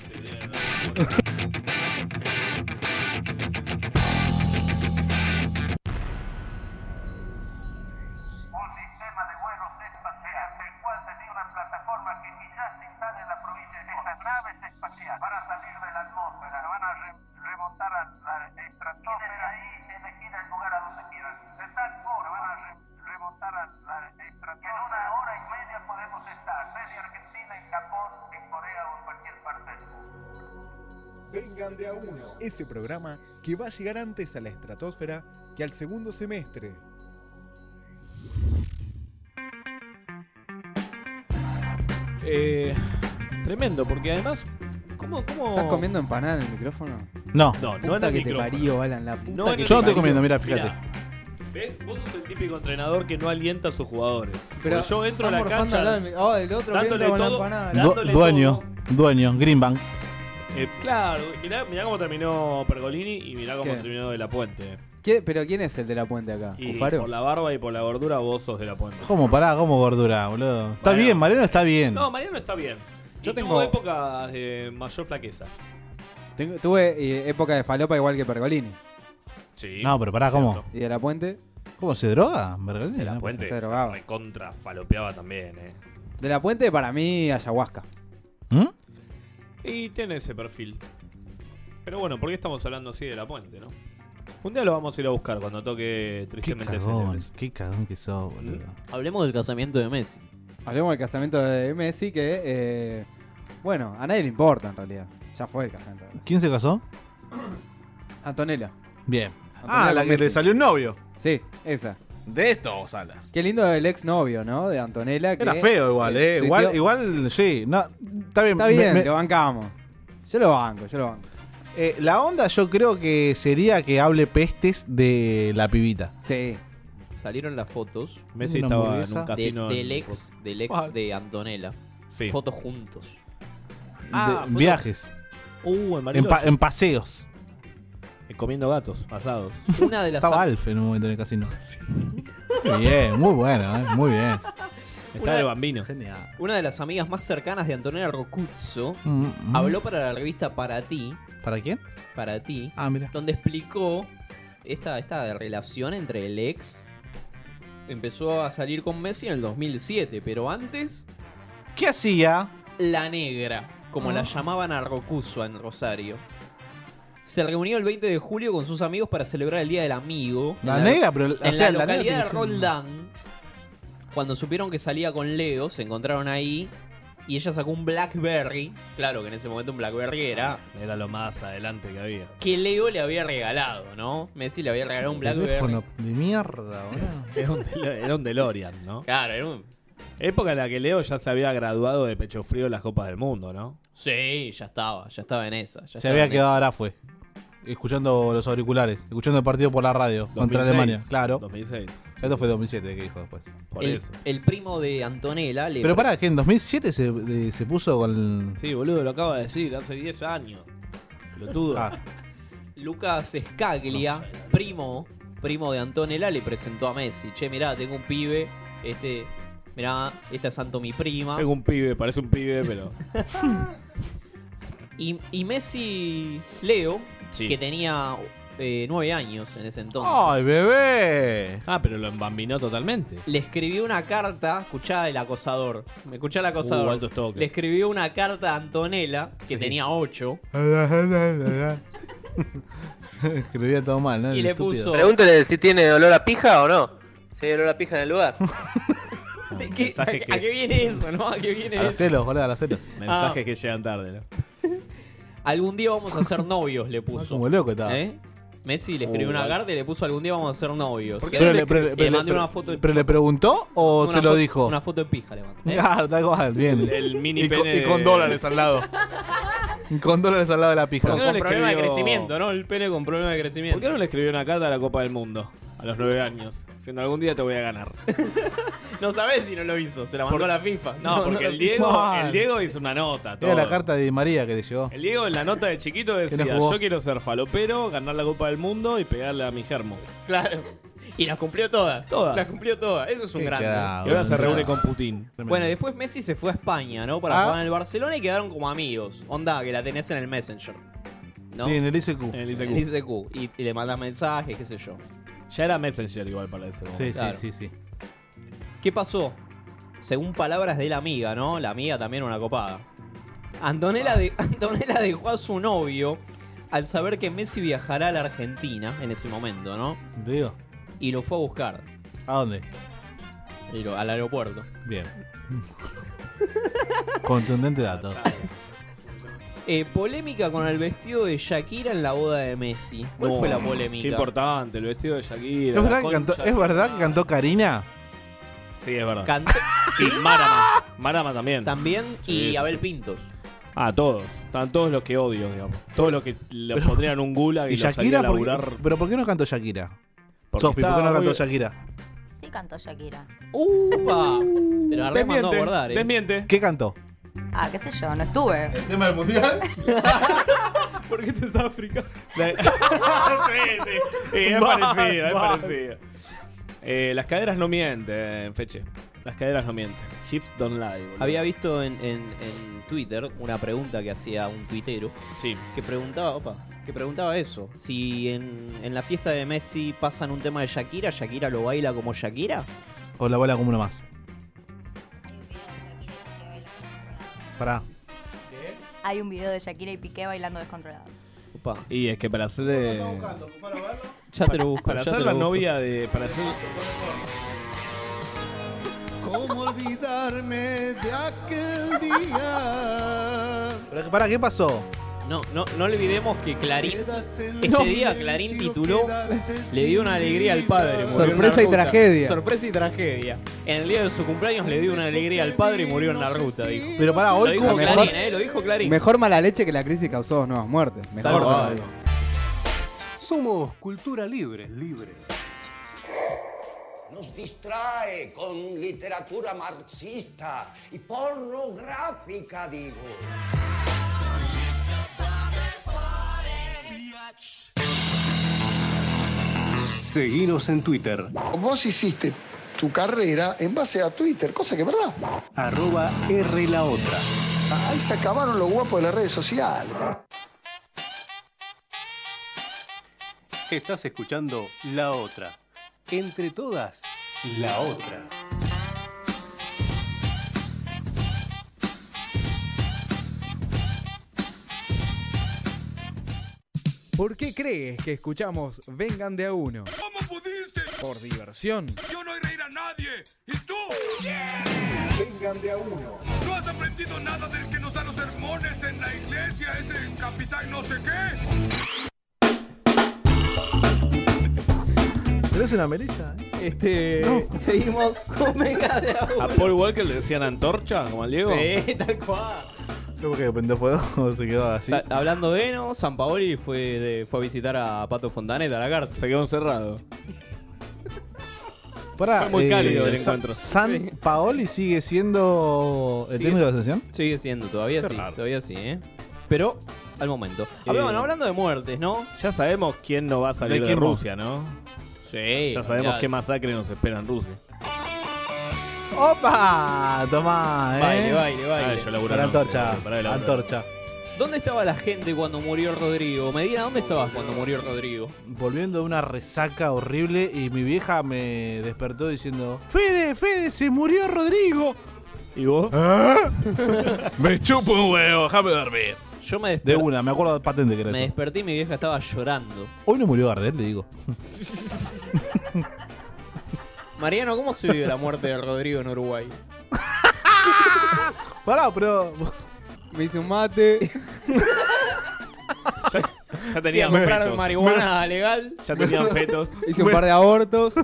Speaker 3: Ahí, elegir el lugar a donde quieran. De tal forma van a re- remontar a la estratosfera.
Speaker 2: Vengan de a uno.
Speaker 16: Ese programa que va a llegar antes a la estratosfera que al segundo semestre.
Speaker 8: Eh, tremendo, porque además. ¿Cómo, cómo...
Speaker 1: ¿Estás comiendo empanada en el micrófono?
Speaker 7: No.
Speaker 8: No, no
Speaker 1: Puta
Speaker 8: en el
Speaker 1: que
Speaker 8: micrófono.
Speaker 1: te parió, Alan, la puta
Speaker 8: No en
Speaker 1: que
Speaker 8: el
Speaker 1: te
Speaker 8: micrófono.
Speaker 1: parió.
Speaker 8: Mirá, ¿Ves? Vos sos el típico entrenador que no alienta a sus jugadores.
Speaker 1: Pero
Speaker 8: Porque yo entro a la
Speaker 1: estamos rozando
Speaker 8: cancha.
Speaker 1: al lado del mic- Ah, del otro
Speaker 8: dándole
Speaker 1: viento con la
Speaker 8: todo-
Speaker 1: empanada.
Speaker 7: Du-
Speaker 8: dándole
Speaker 7: dueño, dueño, Greenbank.
Speaker 8: Eh, claro, mirá, mirá cómo terminó Pergolini y mirá cómo
Speaker 1: ¿Qué?
Speaker 8: terminó De La Puente.
Speaker 1: ¿Qué- ¿Pero quién es el de la puente acá?
Speaker 8: Y
Speaker 1: ¿Cufaro?
Speaker 8: por la barba y por la gordura vos sos De La Puente.
Speaker 7: ¿Cómo pará? ¿Cómo gordura, boludo? Está bien, Mariano está bien.
Speaker 8: No, Mariano está bien. Yo tengo
Speaker 1: tengo-
Speaker 8: épocas de mayor flaqueza.
Speaker 1: Tengo- tuve eh, época de falopa igual que Pergolini.
Speaker 8: Sí.
Speaker 7: No, pero pará, ¿cómo?
Speaker 1: ¿Y de la puente?
Speaker 7: ¿Cómo se droga? Pergolini?
Speaker 8: De La
Speaker 7: No,
Speaker 8: Puente
Speaker 1: se
Speaker 8: se
Speaker 1: drogaba.
Speaker 8: recontra falopeaba también, eh.
Speaker 1: De la puente para mí ayahuasca.
Speaker 8: Y tiene ese perfil. Pero bueno, ¿por qué estamos hablando así de La Puente, no? Un día lo vamos a ir a buscar cuando toque tristemente
Speaker 7: Cagón,
Speaker 8: Célebres.
Speaker 7: qué cagón que sos, boludo.
Speaker 6: ¿Mm? Hablemos del casamiento de Messi.
Speaker 1: Hablemos del casamiento de Messi que, eh, bueno, a nadie le importa en realidad. Ya fue el casamiento.
Speaker 7: ¿Quién se casó?
Speaker 1: Antonella.
Speaker 7: Bien.
Speaker 1: Antonella
Speaker 7: Ah, la
Speaker 1: con
Speaker 7: que le
Speaker 1: Messi.
Speaker 7: salió un novio.
Speaker 1: Sí, esa.
Speaker 7: De esto, Sala.
Speaker 1: Qué lindo el ex novio, ¿no? De Antonella. que-
Speaker 7: Era feo igual,
Speaker 1: que
Speaker 7: eh. Igual,
Speaker 1: tuiteó-
Speaker 7: igual, sí. No, está bien.
Speaker 1: Está
Speaker 7: me-
Speaker 1: bien,
Speaker 7: me-
Speaker 1: lo bancamos. Yo lo banco, yo lo banco.
Speaker 7: eh, la onda yo creo que sería que hable pestes de la pibita.
Speaker 1: Sí.
Speaker 6: Salieron las fotos.
Speaker 7: Messi Una estaba en un hamburguesa. casino
Speaker 6: De-
Speaker 7: en-
Speaker 6: del ex, del ex
Speaker 7: Ah.
Speaker 6: de Antonella.
Speaker 8: Sí.
Speaker 6: Fotos juntos.
Speaker 8: Ah,
Speaker 7: De-
Speaker 8: fotos-
Speaker 7: viajes.
Speaker 8: Uh, en
Speaker 7: En, pa-
Speaker 8: Bariloche.
Speaker 7: en paseos.
Speaker 8: Eh, Comiendo gatos asados.
Speaker 6: Una de las
Speaker 7: Estaba Alf en un momento en el casino. Muy bien, muy bueno, eh, muy bien.
Speaker 8: Está el bambino.
Speaker 7: Genial.
Speaker 6: Una de las amigas más cercanas de Antonella Rocuzzo
Speaker 7: Mm, mm.
Speaker 6: habló para la revista Para Ti,
Speaker 7: ¿Para quién?
Speaker 6: Para Ti,
Speaker 7: Ah, mira.
Speaker 6: donde explicó esta, esta relación entre el ex. Empezó a salir con Messi en el 2007, pero antes,
Speaker 7: ¿Qué hacía? Ah.
Speaker 6: La Negra, como la llamaban a Rocuzzo en Rosario. Se reunió el 20 de julio con sus amigos para celebrar el Día del Amigo.
Speaker 7: La
Speaker 6: En
Speaker 7: Negra, pero, o
Speaker 6: En
Speaker 7: sea,
Speaker 6: la
Speaker 7: la Negra
Speaker 6: localidad
Speaker 7: tiene
Speaker 6: de
Speaker 7: que ser-
Speaker 6: Roldán, cuando supieron que salía con Leo, se encontraron ahí y ella sacó un Blackberry. Claro que en ese momento un Blackberry era
Speaker 8: Era lo más adelante que había.
Speaker 6: que Leo le había regalado, ¿no? Messi le había regalado un Blackberry.
Speaker 7: Teléfono de mierda, boludo.
Speaker 8: Era un, Delo- era un DeLorean, ¿no?
Speaker 6: Claro, era un.
Speaker 8: Época en la que Leo ya se había graduado de pecho frío en las Copas del Mundo, ¿no?
Speaker 6: Sí, ya estaba, ya estaba en esa. ya
Speaker 7: Se
Speaker 6: estaba
Speaker 7: había
Speaker 6: en
Speaker 7: quedado
Speaker 6: esa.
Speaker 7: ahora fue. Escuchando los auriculares, escuchando el partido por la radio contra
Speaker 8: 2006,
Speaker 7: Alemania, claro.
Speaker 8: 2006.
Speaker 7: Esto fue 2007 que dijo después.
Speaker 6: El, el primo de Antonella le.
Speaker 7: Pero pará, que en 2007 se, de- se puso con.
Speaker 8: Sí, boludo, lo acaba de decir, hace 10 años. Pelotudo.
Speaker 6: Lucas Scaglia, primo, primo de Antonella, le presentó a Messi. Che, mirá, tengo un pibe. Este, mirá, esta es Santo mi prima.
Speaker 8: Ah. Tengo un pibe, parece un pibe, pero.
Speaker 6: Y, y Messi Leo,
Speaker 8: Sí.
Speaker 6: que tenía eh, nueve años en ese entonces,
Speaker 7: ¡Ay, bebé!
Speaker 8: Ah, pero lo embambinó totalmente.
Speaker 6: le escribió una carta, escuchá el acosador, me escuchá el
Speaker 8: Uh,
Speaker 6: acosador,
Speaker 8: alto estoque.
Speaker 6: le escribió una carta a Antonella, que tenía ocho,
Speaker 7: Escribía todo mal, ¿no?
Speaker 6: Y
Speaker 7: El
Speaker 6: le
Speaker 7: estúpido.
Speaker 6: puso-
Speaker 12: Pregúntele si tiene olor a pija o no. Si hay olor a pija en el lugar.
Speaker 6: ¿Qué- ¿A, qué- a qué viene eso, no? ¿A qué viene
Speaker 7: A los
Speaker 6: eso?
Speaker 7: telos, boludo, a los telos.
Speaker 8: Mensajes que llegan tarde, ¿no?
Speaker 6: Ah. Algún día vamos a ser novios, le
Speaker 7: Ah,
Speaker 6: puso.
Speaker 7: Como loco estaba.
Speaker 6: ¿Eh? Messi le escribió
Speaker 7: Uh,
Speaker 6: una
Speaker 7: vale.
Speaker 6: carta y le puso algún día vamos a ser novios. Y
Speaker 7: Pero
Speaker 6: ahí
Speaker 7: le,
Speaker 6: le-
Speaker 7: pero le-
Speaker 6: le
Speaker 7: pero le-
Speaker 6: mandé una foto de
Speaker 7: pero le preguntó o
Speaker 6: una
Speaker 7: se lo
Speaker 6: foto-
Speaker 7: dijo. Ah.
Speaker 6: Una foto de pija le mandé. ¿eh?
Speaker 7: Claro, tal cual, bien.
Speaker 8: El- el mini
Speaker 7: y, con,
Speaker 8: pene
Speaker 7: y con
Speaker 8: de-
Speaker 7: dólares al lado. Y con dólares al lado de la pija.
Speaker 8: ¿Por qué no
Speaker 6: Con
Speaker 8: le
Speaker 6: problema de
Speaker 8: escribió-
Speaker 6: crecimiento, ¿no? El pene con problema de crecimiento.
Speaker 8: ¿Por qué no le escribió una carta a la Copa del Mundo a los 9 años? Siendo algún día te voy a ganar.
Speaker 6: No sabés si no lo hizo, se la mandó
Speaker 8: Por-
Speaker 6: a la FIFA.
Speaker 8: No,
Speaker 6: Sí,
Speaker 8: porque
Speaker 6: no-
Speaker 8: el Diego,
Speaker 7: Mal.
Speaker 8: el Diego hizo una nota. Todo.
Speaker 7: Era la carta de María que le llegó.
Speaker 8: El Diego en la nota de chiquito decía,
Speaker 7: jugó?
Speaker 8: yo quiero ser falopero, ganar la Copa del Mundo y pegarle a mi germo.
Speaker 6: Claro. Y las cumplió todas.
Speaker 8: Todas.
Speaker 6: Las cumplió todas. Eso es un
Speaker 8: Qué
Speaker 6: grande.
Speaker 8: Y ahora se reúne con Putin.
Speaker 6: Bueno, y después Messi se fue a España, ¿no? Para
Speaker 7: Ah.
Speaker 6: jugar en el Barcelona y quedaron como amigos. Onda, que la tenés en el Messenger. ¿no?
Speaker 7: Sí, en el ICQ.
Speaker 8: En el ICQ.
Speaker 6: En el ICQ. Y, y le mandas mensajes, qué sé yo.
Speaker 8: Ya era Messenger igual para ese momento.
Speaker 7: Sí,
Speaker 6: Claro.
Speaker 7: sí, sí, sí.
Speaker 6: ¿Qué pasó? Según palabras de la amiga, ¿no? La amiga también una copada.
Speaker 7: Ah.
Speaker 6: Antonella, de- Antonella dejó a su novio al saber que Messi viajará a la Argentina en ese momento, ¿no?
Speaker 7: Te digo.
Speaker 6: Y lo fue a buscar
Speaker 7: ¿A dónde?
Speaker 6: y lo- al aeropuerto.
Speaker 7: Bien. Contundente dato.
Speaker 6: Eh, polémica con el vestido de Shakira en la boda de Messi. ¿Cuál
Speaker 8: No,
Speaker 7: Oh,
Speaker 6: fue la polémica?
Speaker 8: Qué importante, el vestido de Shakira.
Speaker 7: ¿Es
Speaker 8: la
Speaker 7: verdad, que
Speaker 8: concha
Speaker 7: cantó,
Speaker 8: de
Speaker 7: ¿Es
Speaker 8: su
Speaker 7: verdad que cantó Karina?
Speaker 8: Sí, es verdad.
Speaker 6: Cantó-
Speaker 8: Sí, Marama. Marama también.
Speaker 6: También y Abel Pintos.
Speaker 8: Ah, todos. Están todos los que odio, digamos. Todos los que le pondrían un gulag y,
Speaker 7: ¿Y
Speaker 8: los harían
Speaker 7: Shakira? ¿Por qué-
Speaker 8: laburar.
Speaker 7: ¿Pero por qué no cantó Shakira?
Speaker 8: Porque
Speaker 7: Sofi, ¿por qué
Speaker 8: estaba
Speaker 7: no
Speaker 8: muy-
Speaker 7: cantó Shakira?
Speaker 17: Sí cantó Shakira.
Speaker 6: ¡Upa! Te la remandó a
Speaker 8: Desmiente,
Speaker 6: guardar, eh.
Speaker 8: desmiente.
Speaker 7: ¿Qué cantó?
Speaker 17: Ah, qué sé yo, no estuve.
Speaker 7: ¿El tema del mundial?
Speaker 8: ¿Por qué te es África? sí, sí. Sí, es
Speaker 3: Va,
Speaker 8: parecido, es
Speaker 3: va.
Speaker 8: parecido. Eh, las caderas no mienten, Feche. Las caderas no mienten. Hips don't lie, boludo.
Speaker 6: Había visto en, en- en Twitter una pregunta que hacía un tuitero. Que preguntaba, opa, que preguntaba eso. Si en, en la fiesta de Messi pasan un tema de Shakira, ¿Shakira lo baila como Shakira?
Speaker 7: ¿O la bola como uno más? Pará.
Speaker 17: Hay un video de Shakira y Piqué bailando descontrolado.
Speaker 8: Y es que para hacer. eh,
Speaker 6: Ya te lo busco.
Speaker 8: Para
Speaker 6: ya
Speaker 8: ser
Speaker 6: te
Speaker 8: la
Speaker 6: lo busco.
Speaker 8: novia de. Para ser.
Speaker 2: ¿Cómo olvidarme de aquel día?
Speaker 7: Pero, pará, ¿qué pasó?
Speaker 6: No, no, no olvidemos que Clarín. Ese
Speaker 2: No.
Speaker 6: día Clarín tituló. Le dio una alegría al padre. murió en
Speaker 1: Sorpresa y
Speaker 6: Narguta.
Speaker 1: tragedia.
Speaker 6: Sorpresa y tragedia. En el día de su cumpleaños le dio una alegría al padre y murió en la ruta, dijo.
Speaker 1: Pero pará, hoy
Speaker 6: lo dijo
Speaker 1: como
Speaker 6: Clarín,
Speaker 1: mejor-
Speaker 6: eh, lo dijo Clarín.
Speaker 1: Mejor mala leche que la crisis causó nuevas muertes. Mejor
Speaker 6: Tal
Speaker 1: todavía.
Speaker 6: cual.
Speaker 10: Somos cultura libre. Libre.
Speaker 18: Nos distrae con literatura marxista y pornográfica, digo.
Speaker 10: Seguinos en Twitter.
Speaker 19: Vos hiciste tu carrera en base a Twitter, cosa que es verdad.
Speaker 10: Arroba R la otra.
Speaker 19: Ahí se acabaron los guapos de las redes sociales.
Speaker 10: Estás escuchando La Otra. Entre todas, La Otra.
Speaker 16: ¿Por qué crees que escuchamos Vengan de a uno? ¿Cómo pudiste? Por diversión.
Speaker 2: Yo no he reír a nadie. ¿Y tú? Vengan de a uno. No has aprendido nada del que nos da los sermones en la iglesia, ese capitán no sé qué.
Speaker 7: ¿Tenés una ¿eh? merecha?
Speaker 6: Este. Seguimos con Venga de a
Speaker 8: A
Speaker 6: uno.
Speaker 8: Paul Walker le decían antorcha, como al Diego.
Speaker 6: Sí, tal cual.
Speaker 7: Yo porque prende fuego se quedó así.
Speaker 6: Sa- Hablando de Eno, San Paoli fue, de- fue a visitar a Pato Fontaneta a la cárcel.
Speaker 8: Se quedó encerrado.
Speaker 7: Pará, eh,
Speaker 6: Fue muy cálido el
Speaker 7: Sa-
Speaker 6: encuentro.
Speaker 7: ¿San
Speaker 6: Sí.
Speaker 7: Paoli sigue siendo el
Speaker 6: Sigue-
Speaker 7: técnico de la selección?
Speaker 6: Sigue siendo, todavía
Speaker 7: Qué
Speaker 6: sí,
Speaker 7: raro.
Speaker 6: todavía sí, ¿eh? Pero al momento. Ah, Hablaban-
Speaker 8: Eh,
Speaker 6: hablando de muertes, ¿no?
Speaker 8: Ya sabemos quién no va a salir
Speaker 6: ¿De
Speaker 8: de,
Speaker 6: quién
Speaker 8: Rusia, ¿no?
Speaker 6: Sí.
Speaker 8: Ya sabemos
Speaker 6: olvidate.
Speaker 8: qué masacre nos espera en Rusia.
Speaker 7: ¡Opa! Tomá, eh.
Speaker 6: Baile, baile, baile.
Speaker 7: Ay, yo laburé
Speaker 6: Para
Speaker 7: en once,
Speaker 6: antorcha,
Speaker 7: boludo, pará de laburar. antorcha.
Speaker 6: ¿Dónde estaba la gente cuando murió Rodrigo? Medina, ¿dónde estabas cuando murió Rodrigo?
Speaker 7: Volviendo de una resaca horrible y mi vieja me despertó diciendo: ¡Fede, Fede, se murió Rodrigo!
Speaker 8: ¿Y vos?
Speaker 7: ¿Ah? me chupo un huevo, déjame dormir.
Speaker 6: Yo me
Speaker 7: De
Speaker 6: desperté.
Speaker 7: una, me acuerdo del patente que era
Speaker 6: Me
Speaker 7: eso.
Speaker 6: desperté y mi vieja estaba llorando.
Speaker 7: Hoy no murió Gardel, le digo.
Speaker 6: Mariano, ¿cómo se vive la muerte de Rodrigo en Uruguay?
Speaker 7: Pará, pero.
Speaker 1: Me hice un mate.
Speaker 8: Ya
Speaker 6: Fui a
Speaker 8: tenían
Speaker 6: comprar
Speaker 8: fetos.
Speaker 6: marihuana legal.
Speaker 8: Ya tenían fetos.
Speaker 1: Hice un par de abortos.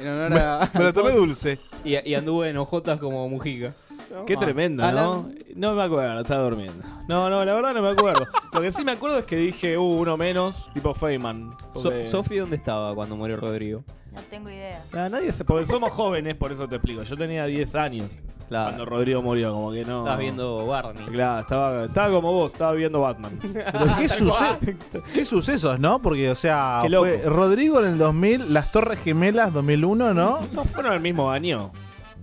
Speaker 1: En honor a.
Speaker 7: dulce.
Speaker 6: Y, y anduve en ojotas como Mujica.
Speaker 8: Qué tremendo, ¿no?
Speaker 6: Alan.
Speaker 8: No me acuerdo, estaba durmiendo. No, no, la verdad no me acuerdo. Lo que sí me acuerdo es que dije, uh, uno menos, tipo Feynman.
Speaker 6: So- Sofi, ¿dónde estaba cuando murió Rodrigo?
Speaker 17: No tengo idea.
Speaker 8: Nah, Ah, nadie se. Porque somos jóvenes, por eso te explico. Yo tenía 10 años cuando Rodrigo murió, como que no.
Speaker 6: Estabas viendo Barney.
Speaker 8: Claro, estaba, estaba como vos, estaba viendo Batman.
Speaker 7: Pero qué, suce- qué sucesos, ¿no? Porque, o sea,
Speaker 8: Qué loco.
Speaker 7: Ah, fue Rodrigo en el 2000, las Torres Gemelas 2001, ¿no?
Speaker 8: ¿No fueron el mismo año?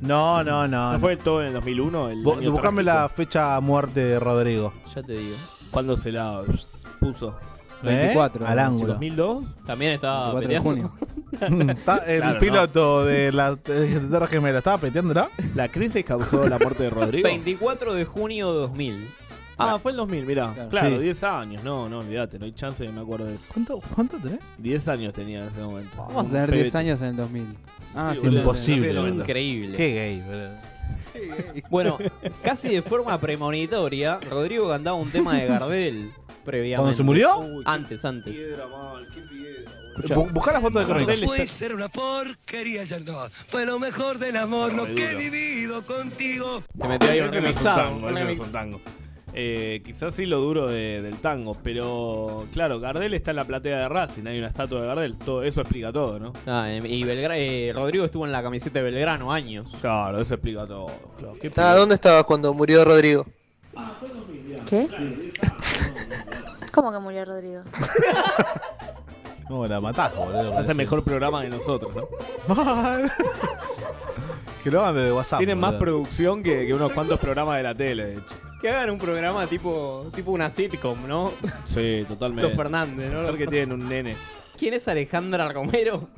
Speaker 7: No, no, no.
Speaker 8: ¿No fue todo en el 2001? El
Speaker 7: Bo-
Speaker 8: año
Speaker 7: buscame
Speaker 8: trágico?
Speaker 7: la fecha muerte de Rodrigo.
Speaker 6: Ya te digo.
Speaker 8: ¿Cuándo se la puso?
Speaker 7: ¿Eh? Al ángulo.
Speaker 6: 2002. También estaba
Speaker 7: 24 de
Speaker 6: peleando.
Speaker 7: Mm, está el
Speaker 6: Claro, ¿no?
Speaker 7: piloto de la de Torre Gemela estaba peteándola.
Speaker 8: La crisis causó la muerte de Rodrigo.
Speaker 6: 24 de junio 2000.
Speaker 8: Ah, fue el 2000, mirá. Claro,
Speaker 6: Sí.
Speaker 8: 10 años. No, no, olvídate, no hay chance de que me acuerdo de eso.
Speaker 7: ¿Cuánto, cuánto tenés?
Speaker 8: 10 años tenía en ese momento.
Speaker 1: Vamos a tener 10 años en el Ah, 2000.
Speaker 8: Sí, boludo, nací en el 90.
Speaker 6: Increíble.
Speaker 7: Qué gay, boludo.
Speaker 6: Bueno, casi de forma premonitoria, Rodrigo cantaba un tema de Gardel previamente.
Speaker 7: ¿Cuándo se murió?
Speaker 6: Antes, antes.
Speaker 7: Escuchá. Bu- buscá la foto de Crónica.
Speaker 20: No puede ser una porquería, ya no. Fue lo mejor del amor, lo que he vivido contigo.
Speaker 8: Te metí ahí un
Speaker 20: Ese no es un
Speaker 8: remixado.
Speaker 20: tango,
Speaker 8: un
Speaker 20: ese no
Speaker 8: remix.
Speaker 20: es un tango.
Speaker 8: Eh, quizás sí lo duro de- del tango, pero claro, Gardel está en la platea de Racing, hay una estatua de Gardel, todo eso explica todo, ¿no?
Speaker 6: Ah, eh, y Belgra- eh, Rodrigo estuvo en la camiseta de Belgrano años.
Speaker 8: Claro, eso explica todo. claro. ¿Qué
Speaker 12: Ah, ¿Dónde estabas cuando murió Rodrigo?
Speaker 21: ¿Qué? ¿Cómo que murió Rodrigo?
Speaker 7: No, la matás, boludo.
Speaker 8: Hace mejor programa que nosotros, ¿no?
Speaker 7: que lo hagan desde WhatsApp.
Speaker 8: Tienen más
Speaker 7: boludo.
Speaker 8: producción que, que unos cuantos programas de la tele, de hecho.
Speaker 6: Que hagan un programa tipo, tipo una sitcom, ¿no?
Speaker 8: Sí, totalmente.
Speaker 6: Los Fernández, ¿no?
Speaker 8: Pensar que tienen un nene.
Speaker 6: ¿Quién es Alejandra Romero?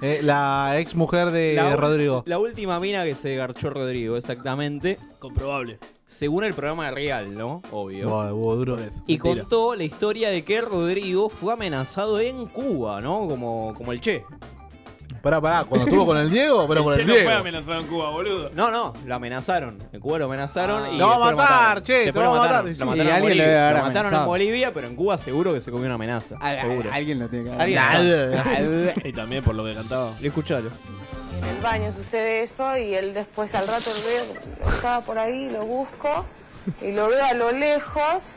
Speaker 7: Eh, la ex mujer de
Speaker 6: La ul-
Speaker 7: Eh, Rodrigo.
Speaker 6: La última mina que se garchó Rodrigo, exactamente.
Speaker 8: Comprobable.
Speaker 6: Según el programa de Real, ¿no? Obvio.
Speaker 7: Buah, hubo duro.
Speaker 6: Y
Speaker 7: Mentira.
Speaker 6: contó la historia de que Rodrigo fue amenazado en Cuba, ¿no? Como, como el Che.
Speaker 7: Pará, pará, cuando estuvo con el Diego, pero con el
Speaker 6: Che
Speaker 7: Diego.
Speaker 8: amenazado en Cuba, boludo.
Speaker 6: No, no, lo amenazaron. En Cuba lo amenazaron y.
Speaker 7: Ah. Lo va a
Speaker 6: después
Speaker 7: matar,
Speaker 6: mataron.
Speaker 7: che, te
Speaker 6: Después
Speaker 7: va
Speaker 6: lo
Speaker 7: a matar.
Speaker 6: mataron,
Speaker 7: Sí,
Speaker 6: Lo
Speaker 7: y
Speaker 6: mataron, en
Speaker 7: alguien lo
Speaker 6: Bolivia.
Speaker 7: debe haber
Speaker 6: Lo mataron en
Speaker 7: amenazado.
Speaker 6: Bolivia, pero en Cuba seguro que se comió una amenaza. seguro.
Speaker 1: Alguien lo tiene que
Speaker 6: Alguien.
Speaker 8: y también por lo que cantaba.
Speaker 6: Escuchalo.
Speaker 21: En el baño sucede eso y él después al rato lo veo, estaba por ahí, lo busco y lo veo a lo lejos.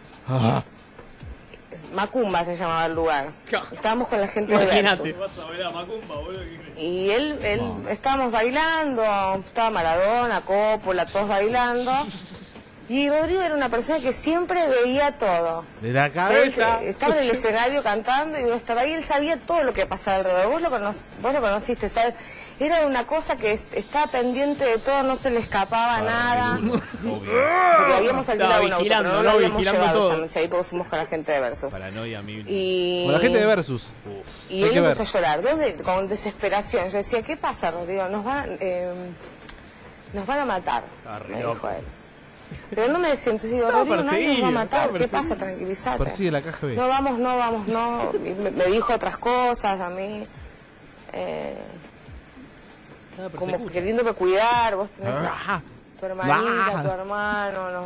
Speaker 21: Macumba se llamaba el lugar. Estábamos con la gente de
Speaker 8: Imagínate.
Speaker 21: Versus.
Speaker 8: Vas a ver a Macumba, boludo.
Speaker 21: Y él, él estábamos bailando, estaba Maradona, Coppola, todos bailando. Y Rodrigo era una persona que siempre veía todo.
Speaker 7: De la
Speaker 21: O sea, él
Speaker 7: cabeza.
Speaker 21: se- estaba en el escenario cantando y uno estaba ahí, él sabía todo lo que pasaba alrededor. Vos lo, conoc- vos lo conociste, ¿sabes? Era una cosa que est- estaba pendiente de todo, no se le escapaba nada. Porque habíamos
Speaker 6: Estaba
Speaker 21: alquilado un auto, pero
Speaker 6: vigilando,
Speaker 21: no lo
Speaker 6: ¿no?
Speaker 21: habíamos
Speaker 6: Vigilando
Speaker 21: llevado
Speaker 6: todo.
Speaker 21: esa noche ahí porque fuimos con la gente de Versus.
Speaker 8: Paranoia, mi.
Speaker 21: Y...
Speaker 7: Con la gente de Versus.
Speaker 21: Y
Speaker 7: Hay
Speaker 21: él
Speaker 7: que ver.
Speaker 21: empezó a llorar, ¿dónde? con desesperación. Yo decía, ¿qué pasa, Rodrigo? Nos van, eh, nos van a matar. me dijo él. Pero no me decía, entonces digo,
Speaker 7: Estaba
Speaker 21: Rodrigo, nadie nos va a
Speaker 7: perseguido,
Speaker 21: matar.
Speaker 7: estaba
Speaker 21: ¿Qué pasa?
Speaker 7: perseguido.
Speaker 21: Tranquilízate.
Speaker 7: Persigue la caja B.
Speaker 21: No vamos, no vamos, no. Y Me, me dijo otras cosas a mí. Eh, como
Speaker 6: persecuta.
Speaker 21: queriendo que cuidar, vos tenés
Speaker 6: Ah.
Speaker 21: tu hermanita,
Speaker 6: Ah.
Speaker 21: tu hermano, no,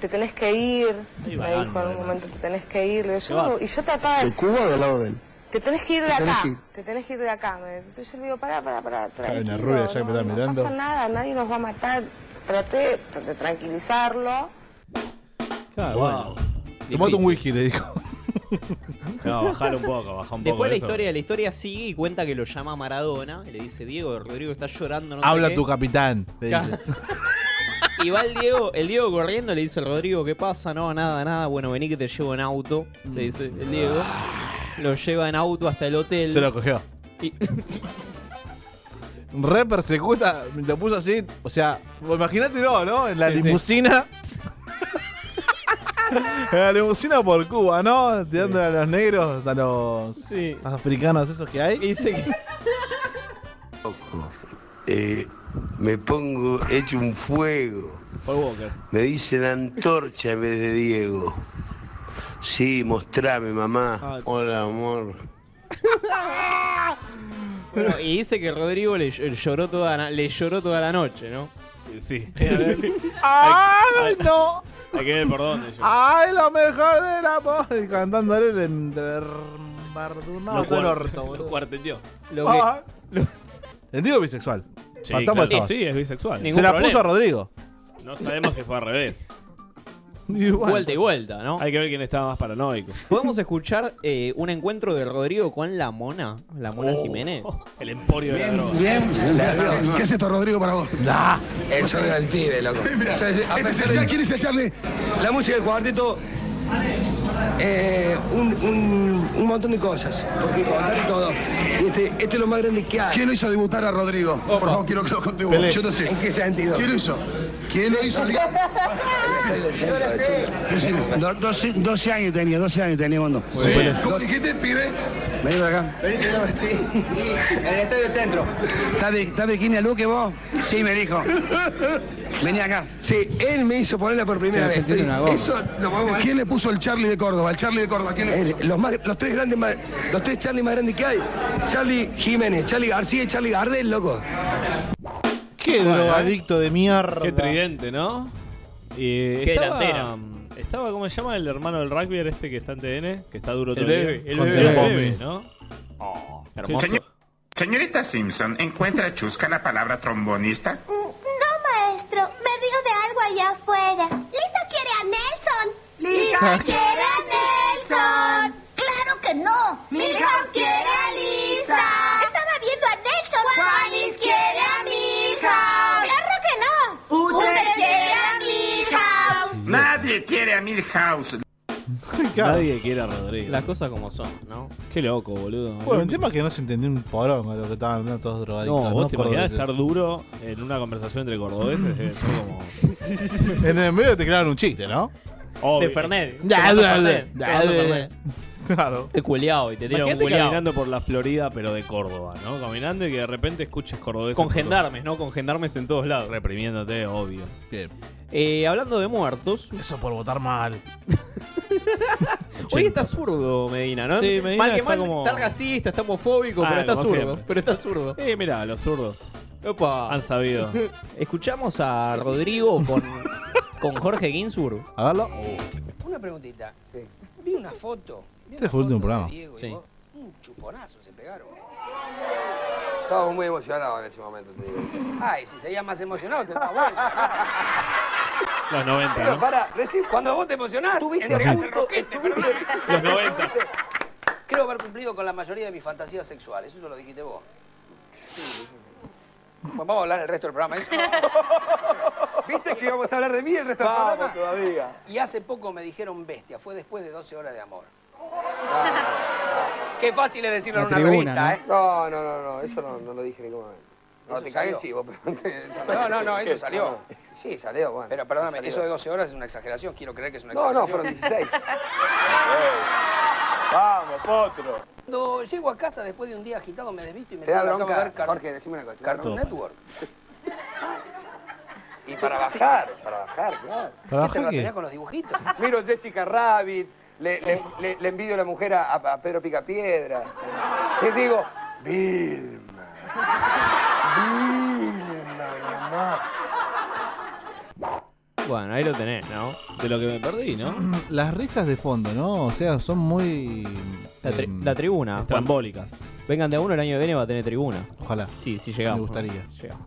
Speaker 21: te tenés que ir.
Speaker 6: Ahí
Speaker 21: me
Speaker 6: va,
Speaker 21: dijo en un
Speaker 6: además.
Speaker 21: momento, te tenés que ir. Le digo,
Speaker 6: Te
Speaker 21: yo
Speaker 6: vas.
Speaker 21: no- y yo trataba de
Speaker 19: Cuba del lado de él.
Speaker 21: te tenés que ir de
Speaker 19: Te tenés
Speaker 21: acá,
Speaker 19: que ir.
Speaker 21: te tenés que ir de acá. Me dice. Entonces yo le digo, pará, pará, pará,
Speaker 7: Hay
Speaker 21: tranquilo,
Speaker 7: una rubia allá que me está
Speaker 21: no pasa
Speaker 7: mirando.
Speaker 21: nada, nadie nos va a matar. Traté de tranquilizarlo.
Speaker 7: Wow. Tomate un whisky, le dijo.
Speaker 8: No, bajalo un poco, bajá un poco.
Speaker 6: Después la
Speaker 8: eso.
Speaker 6: historia, la historia sigue y cuenta que lo llama Maradona y le dice, Diego, Rodrigo está llorando, no sé
Speaker 7: Habla
Speaker 6: qué".
Speaker 7: tu capitán. le
Speaker 6: Ca-
Speaker 7: dice.
Speaker 6: Y va el Diego, el Diego corriendo, le dice al Rodrigo, ¿qué pasa? No, nada, nada. Bueno, vení que te llevo en auto, le dice el Diego. Lo lleva en auto hasta el hotel.
Speaker 7: Se lo cogió.
Speaker 6: Y-
Speaker 7: Re persecuta, lo puso así. O sea, imagínate no, ¿no? En la limusina. en la limusina por Cuba, ¿no? Tirando a los negros, a los
Speaker 6: Sí.
Speaker 7: africanos esos que hay.
Speaker 4: Eh, me pongo hecho un fuego. Me dicen antorcha en vez de Diego. Sí, mostrame, mamá. Hola, amor.
Speaker 6: bueno, y dice que Rodrigo le, ll- lloró toda la, le lloró toda la noche, ¿no?
Speaker 8: Sí.
Speaker 7: Ah. ¡Ay, no!
Speaker 8: Hay que ver por dónde. yo.
Speaker 7: ¡Ay, lo mejor de la voz! Y cantándole el embardunado
Speaker 8: Lo
Speaker 7: todo el
Speaker 8: cuar-
Speaker 7: orto, boludo.
Speaker 8: Lo cuarteteó.
Speaker 7: Ah, lo- Entendido bisexual.
Speaker 8: Sí,
Speaker 7: Partamos de
Speaker 8: claro.
Speaker 7: esa
Speaker 8: Sí, sí,
Speaker 7: base.
Speaker 8: es bisexual.
Speaker 7: Se
Speaker 8: Ningún
Speaker 7: la
Speaker 8: problema.
Speaker 7: puso a Rodrigo.
Speaker 8: No sabemos si fue al revés.
Speaker 7: Igual.
Speaker 6: Vuelta y vuelta, ¿no?
Speaker 8: Hay que ver quién estaba más paranoico.
Speaker 6: Podemos escuchar eh, un encuentro de Rodrigo con la mona, la mona Jiménez.
Speaker 8: Oh. El emporio de la droga.
Speaker 19: ¿Qué es esto, Rodrigo, para vos?
Speaker 18: El sonido del pibe, loco.
Speaker 19: Mira,
Speaker 18: O sea, a
Speaker 19: este es
Speaker 18: pesar
Speaker 19: el
Speaker 18: de-
Speaker 19: Charlie, ¿quién es el Charlie?
Speaker 18: La música del cuarteto, eh, un, un- un montón de cosas, porque contar y todo. Y Este, este es lo más grande que hay.
Speaker 19: ¿Quién lo hizo debutar a Rodrigo? Por favor, quiero que lo conté vos.
Speaker 18: Pelé.
Speaker 19: Yo no sé.
Speaker 18: ¿En qué sentido?
Speaker 19: ¿Quién lo hizo? ¿Quién lo hizo?
Speaker 18: Do- 12, 12 años tenía, 12 años tenía cuando.
Speaker 19: Sí. ¿Cómo dijiste, pibe?
Speaker 18: Vení para acá. En el Estadio Centro. ¿Está vi- está Virginia Luque vos? Sí, me dijo. Vení acá. Sí, él me hizo ponerla por primera
Speaker 19: Sí, se
Speaker 18: vez.
Speaker 19: tiene una goma.
Speaker 18: Eso lo vamos a
Speaker 19: ¿Quién le puso el Charlie de Córdoba? El Charlie de Córdoba, ¿quién le
Speaker 18: Eh, Los, más- los tres grandes más- los tres Charlie más grandes que hay. Charlie Jiménez, Charlie García y Charlie Gardel, loco.
Speaker 7: Qué
Speaker 8: Bueno, ¿eh?
Speaker 7: drogadicto de mierda.
Speaker 8: Qué tridente, ¿no? Y
Speaker 7: Qué
Speaker 8: estaba,
Speaker 7: delantera.
Speaker 8: Estaba, ¿cómo se llama? El hermano del rugby este que está en TN, que está duro
Speaker 22: El
Speaker 8: todo
Speaker 22: bebé,
Speaker 8: día.
Speaker 22: el
Speaker 8: Con
Speaker 22: bebé.
Speaker 8: el
Speaker 22: bebé,
Speaker 8: ¿no?
Speaker 22: Hermoso. Señor- señorita Simpson, ¿encuentra chusca la palabra trombonista?
Speaker 5: No, maestro, me río de algo allá afuera. Lisa quiere a Nelson. Lisa quiere a Nelson. Claro que no. Milhouse quiere a Lisa. Estaba viendo a Nelson. Juanis quiere a Milhouse. Claro que no. Usted quiere a Milhouse.
Speaker 22: Nadie quiere a Milhouse.
Speaker 8: Nadie quiere a Rodrigo. Las cosas como son, ¿no? Qué loco, boludo.
Speaker 7: Bueno, el tema es que no se entendió un porongo de lo que estaban hablando todos drogadictos.
Speaker 8: no, vos te imaginás
Speaker 7: Cordobeses.
Speaker 8: estar duro en una conversación entre cordobeses. eh, son como...
Speaker 7: En el medio te crearon un chiste, ¿no?
Speaker 8: Obvio.
Speaker 7: De Fernet. Da, da, da, da, da. Claro.
Speaker 6: Te cueleado y te tira un
Speaker 8: Imagínate
Speaker 6: cueleado.
Speaker 8: caminando por la Florida, pero de Córdoba, ¿no? Caminando y que de repente escuches cordobeses.
Speaker 6: Con
Speaker 8: por todo-
Speaker 6: gendarmes, ¿no? Con gendarmes en todos lados.
Speaker 8: Reprimiéndote, obvio.
Speaker 6: Eh, hablando de muertos.
Speaker 7: Eso por votar mal.
Speaker 6: Hoy está zurdo Medina, ¿no?
Speaker 8: Sí, Medina
Speaker 6: mal que
Speaker 8: está
Speaker 6: mal,
Speaker 8: como-
Speaker 6: está racista, está homofóbico,
Speaker 8: Ah,
Speaker 6: pero está
Speaker 8: como
Speaker 6: zurdo.
Speaker 8: siempre.
Speaker 6: Pero está zurdo.
Speaker 8: Eh, mirá, los zurdos.
Speaker 6: Opa.
Speaker 8: Han sabido.
Speaker 6: Escuchamos a Rodrigo con, con Jorge Ginsburg.
Speaker 7: A verlo.
Speaker 3: Una preguntita. Vi una foto. vi
Speaker 7: Este
Speaker 3: una
Speaker 7: fue el
Speaker 3: foto de
Speaker 7: último programa.
Speaker 3: Diego y
Speaker 6: Sí.
Speaker 3: vos, un chuponazo se pegaron. Estábamos muy emocionados en ese momento, te digo. Ay, si seguías más emocionado, te daba vuelta.
Speaker 8: Los 90,
Speaker 3: Pero
Speaker 8: ¿no?
Speaker 3: para, recién cuando vos te emocionás, entregás el roquete,
Speaker 8: Los 90.
Speaker 3: Creo haber cumplido con la mayoría de mis fantasías sexuales. Eso lo dijiste vos. Bueno, vamos a hablar el resto del programa. ¿eso? ¿Viste que íbamos a hablar de mí el resto
Speaker 4: Vamos
Speaker 3: del programa?
Speaker 4: todavía.
Speaker 3: Y hace poco me dijeron bestia. Fue después de 12 horas de amor. Ah, Qué fácil es decirlo La en una tribuna, revista, ¿eh? ¿no? No, no, no, eso no, no lo dije ninguna vez. No, Eso te cagué el salió. chivo, pero... No, no, no, eso salió. Sí, salió, bueno. Pero perdóname, eso de 12 horas es una exageración. Quiero creer que es una No, no, fueron exageración. 16.
Speaker 4: Vamos, potro.
Speaker 3: Cuando llego a casa después de un día agitado, me desvisto y me Te da tengo que bronca, ver Cartoon- Jorge, decime una cosa. Cartoon Todo. Network. Y para bajar, para bajar, claro. ¿Para bajar lo qué? tenía con los dibujitos? Miro Jessica Rabbit, le, le, le- le envidio la mujer a, a Pedro Picapiedra. Y digo, Vilma. Vilma, mamá.
Speaker 8: Bueno, ahí lo tenés, ¿no? De lo que me perdí, ¿no?
Speaker 7: Las risas de fondo, ¿no? O sea, son muy.
Speaker 6: La, tri-
Speaker 7: em,
Speaker 6: la tribuna.
Speaker 8: Estrambólicas.
Speaker 6: Vengan de a uno el año que viene va a tener tribuna.
Speaker 7: Ojalá.
Speaker 6: Sí, sí llegamos.
Speaker 7: Me gustaría.
Speaker 6: Llegamos.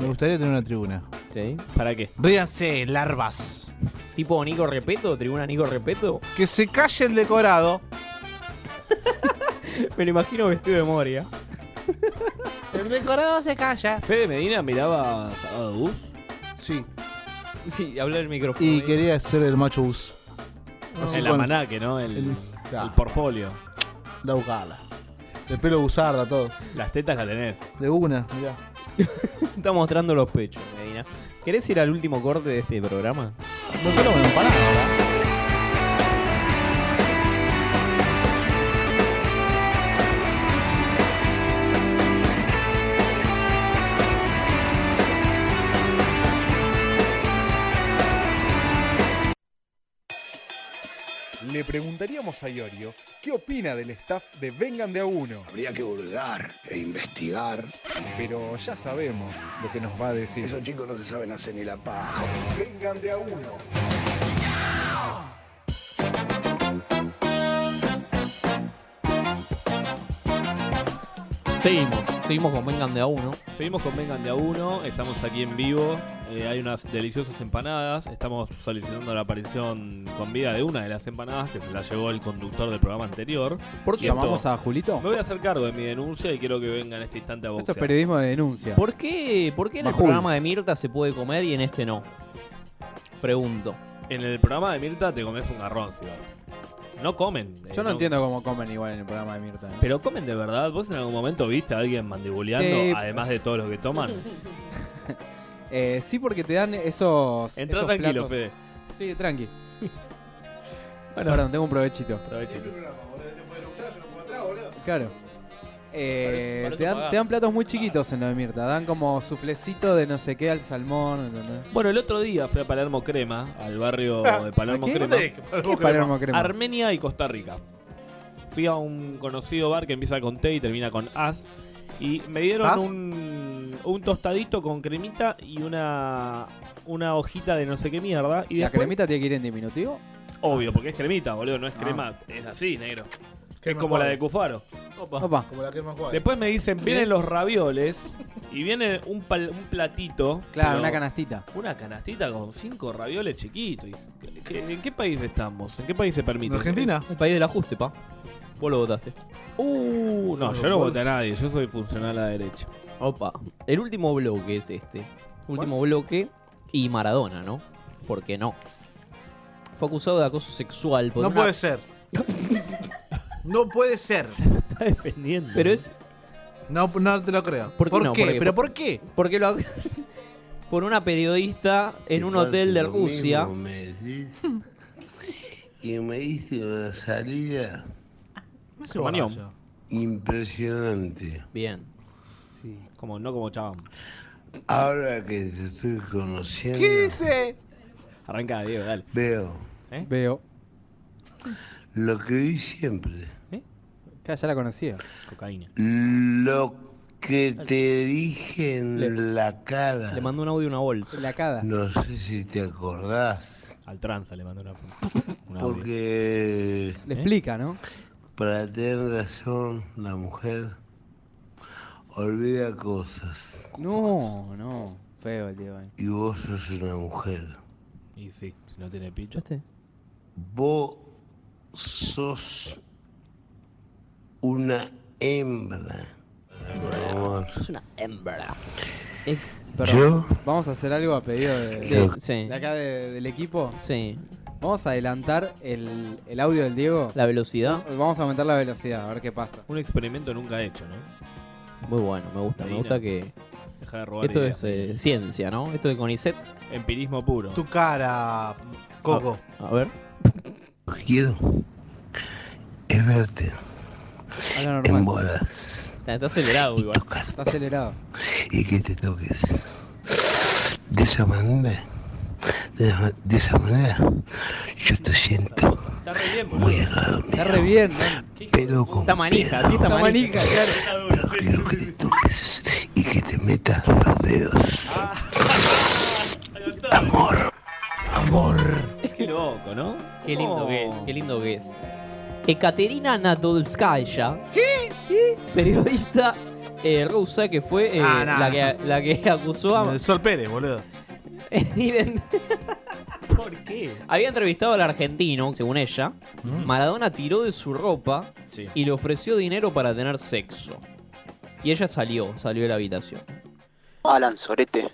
Speaker 7: Me gustaría tener una tribuna.
Speaker 6: ¿Sí? ¿Para qué?
Speaker 7: Ríanse, larvas.
Speaker 6: Tipo Nico Repeto, tribuna Nico Repeto.
Speaker 7: Que se calle el decorado.
Speaker 6: Me lo imagino vestido de Moria.
Speaker 7: El decorado se calla.
Speaker 8: Fede Medina miraba Sábado Bus.
Speaker 7: Sí.
Speaker 6: Sí, hablé del micrófono.
Speaker 7: Y quería ser el macho bus. Así
Speaker 8: el
Speaker 7: con
Speaker 8: almanaque, ¿no? El,
Speaker 7: claro.
Speaker 8: el portfolio.
Speaker 7: La bucala. El pelo buzarda, todo.
Speaker 8: Las tetas las tenés.
Speaker 7: De una, mirá.
Speaker 6: Está mostrando los pechos, Medina. ¿Querés ir al último corte de este programa?
Speaker 7: No, pero bueno, pará.
Speaker 1: Le preguntaríamos a Iorio qué opina del staff de Vengan de a uno. Habría que burlar e investigar. Pero ya sabemos lo que nos va a decir. Esos chicos no se saben hacer ni la paja. Vengan de a uno.
Speaker 6: Seguimos, seguimos con Vengan de a uno.
Speaker 8: Seguimos con Vengan de a uno, estamos aquí en vivo, eh, hay unas deliciosas empanadas, estamos solicitando la aparición con vida de una de las empanadas que se la llevó el conductor del programa anterior.
Speaker 6: ¿Por
Speaker 1: qué? ¿Llamamos a Julito?
Speaker 8: Me voy a hacer cargo de mi denuncia y quiero que venga en este instante a
Speaker 1: Esto
Speaker 8: boxear.
Speaker 1: es periodismo de denuncia.
Speaker 6: ¿Por qué, por qué en el
Speaker 1: Majul.
Speaker 6: programa de Mirta se puede comer y en este no? Pregunto.
Speaker 8: En el programa de Mirta te comes un garrón, si vas. No comen. eh,
Speaker 1: Yo no, entiendo cómo comen igual en el programa de Mirta. ¿no?
Speaker 8: Pero comen de verdad, vos en algún momento viste a alguien mandibuleando,
Speaker 1: Sí.
Speaker 8: además de todos los que toman.
Speaker 1: Eh, sí, porque te dan esos.
Speaker 8: Entrá
Speaker 1: esos
Speaker 8: tranquilo,
Speaker 1: platos.
Speaker 8: Fede.
Speaker 1: Sí, tranqui. Perdón, tengo un provechito.
Speaker 8: Provechito.
Speaker 1: Claro. Eh,
Speaker 6: Por eso- por eso
Speaker 1: te, dan,
Speaker 6: pagás.
Speaker 1: te dan platos muy chiquitos en lo de Mirta. Dan como suflecito de no sé qué al salmón. ¿entendés?
Speaker 8: Bueno, el otro día fui a Palermo Crema, al barrio de Palermo
Speaker 1: ¿Qué?
Speaker 8: Crema.
Speaker 1: ¿Qué es Ah, Palermo Crema?
Speaker 8: Armenia y Costa Rica. Fui a un conocido bar que empieza con T y termina con AS. Y me dieron
Speaker 6: ¿Paz?
Speaker 8: un, un tostadito con cremita y una, una hojita de no sé qué mierda. Y
Speaker 1: ¿La
Speaker 8: después-
Speaker 1: cremita tiene que ir en diminutivo?
Speaker 8: Obvio, porque es cremita, boludo, no es crema. Es así, negro. es
Speaker 1: Ah. Crema
Speaker 8: como la
Speaker 1: suave.
Speaker 8: de Cufaro.
Speaker 1: Opa.
Speaker 13: Como la crema Juárez.
Speaker 8: Después me dicen, vienen los ravioles y viene un, pal- un platito.
Speaker 1: Claro,
Speaker 8: pero-
Speaker 1: una canastita.
Speaker 8: Una canastita con cinco ravioles chiquitos. ¿Y qué- ¿En qué país estamos? ¿En qué país se permite?
Speaker 6: ¿En Argentina?
Speaker 8: El país del ajuste, pa. Vos lo votaste. Uh, no, yo no voté a
Speaker 6: nada.
Speaker 8: nadie, yo soy funcional a derecha.
Speaker 6: Opa. El último bloque es este. Último bloque y Maradona, ¿no? ¿Por qué no? Fue acusado de acoso sexual. Por
Speaker 13: No
Speaker 6: una-
Speaker 13: puede ser. no puede ser.
Speaker 6: está defendiendo. Pero es.
Speaker 13: No, no te lo creo.
Speaker 6: ¿Por qué?
Speaker 13: ¿Por
Speaker 6: no?
Speaker 13: qué? ¿Pero por
Speaker 6: qué? Porque lo. por una periodista en un hotel de
Speaker 4: Lo
Speaker 6: Rusia.
Speaker 4: mismo me decís. y me diste una salida
Speaker 8: se vaya. Mañón.
Speaker 4: impresionante.
Speaker 6: Bien.
Speaker 8: Sí. Como, no como chabón.
Speaker 4: Ahora que te estoy conociendo,
Speaker 13: dice?
Speaker 8: Arranca, Diego, dale.
Speaker 4: veo
Speaker 6: ¿Eh?
Speaker 1: Veo.
Speaker 4: lo que vi siempre.
Speaker 1: Claro, ya la conocía.
Speaker 8: Cocaína.
Speaker 4: Lo que te dije en la cara.
Speaker 6: Le mandó un audio a una bolsa.
Speaker 1: La cara.
Speaker 4: No sé si te acordás.
Speaker 8: Al tranza le mandó una. una
Speaker 4: Porque.
Speaker 1: Le explica, ¿no?
Speaker 4: Para tener razón, la mujer olvida cosas.
Speaker 1: No, no. Feo el tío. eh.
Speaker 4: Y vos sos una mujer.
Speaker 8: Y sí, si no tiene pincha.
Speaker 4: Vos sos una hembra. mi amor.
Speaker 6: Es una hembra.
Speaker 1: Eh, Perdón. Vamos a hacer algo a pedido de,
Speaker 6: De-
Speaker 1: de-
Speaker 6: sí.
Speaker 1: de acá de- del equipo.
Speaker 6: Sí.
Speaker 1: Vamos a adelantar el, el audio del Diego.
Speaker 6: La velocidad.
Speaker 1: Vamos a aumentar la velocidad, a ver qué pasa.
Speaker 8: Un experimento nunca hecho, ¿no?
Speaker 6: Muy bueno, me gusta. Me
Speaker 8: Adivina.
Speaker 6: gusta que.
Speaker 8: Deja de robar
Speaker 6: Esto
Speaker 8: ideas.
Speaker 6: es eh, ciencia, ¿no? Esto de Conicet.
Speaker 8: Empirismo puro.
Speaker 13: Tu cara, Coco.
Speaker 6: A ver.
Speaker 4: Lo que quiero es verte en bolas
Speaker 6: Está está acelerado igual.
Speaker 1: Está acelerado.
Speaker 4: y que te toques. De esa manera, de, esa- de esa manera, yo te siento muy al lado mío.
Speaker 1: Está re bien,
Speaker 4: Pero con
Speaker 6: manija,
Speaker 4: así
Speaker 1: está manija.
Speaker 4: Quiero que te toques y que te metas los dedos. Amor. Amor.
Speaker 8: Qué loco, ¿no?
Speaker 6: Qué lindo
Speaker 8: ¿Cómo?
Speaker 6: que es, qué lindo que es. Ekaterina Nadolskaya,
Speaker 1: ¿Qué? ¿Qué?
Speaker 6: periodista eh, rusa que fue eh,
Speaker 13: Ah, nah.
Speaker 6: la, que, la que acusó a...
Speaker 13: El Sol Pérez, boludo.
Speaker 8: ¿Por qué?
Speaker 6: Había entrevistado al argentino, según ella. Maradona tiró de su ropa y le ofreció dinero para tener sexo. Y ella salió, salió de la habitación.
Speaker 14: Alan Sorete,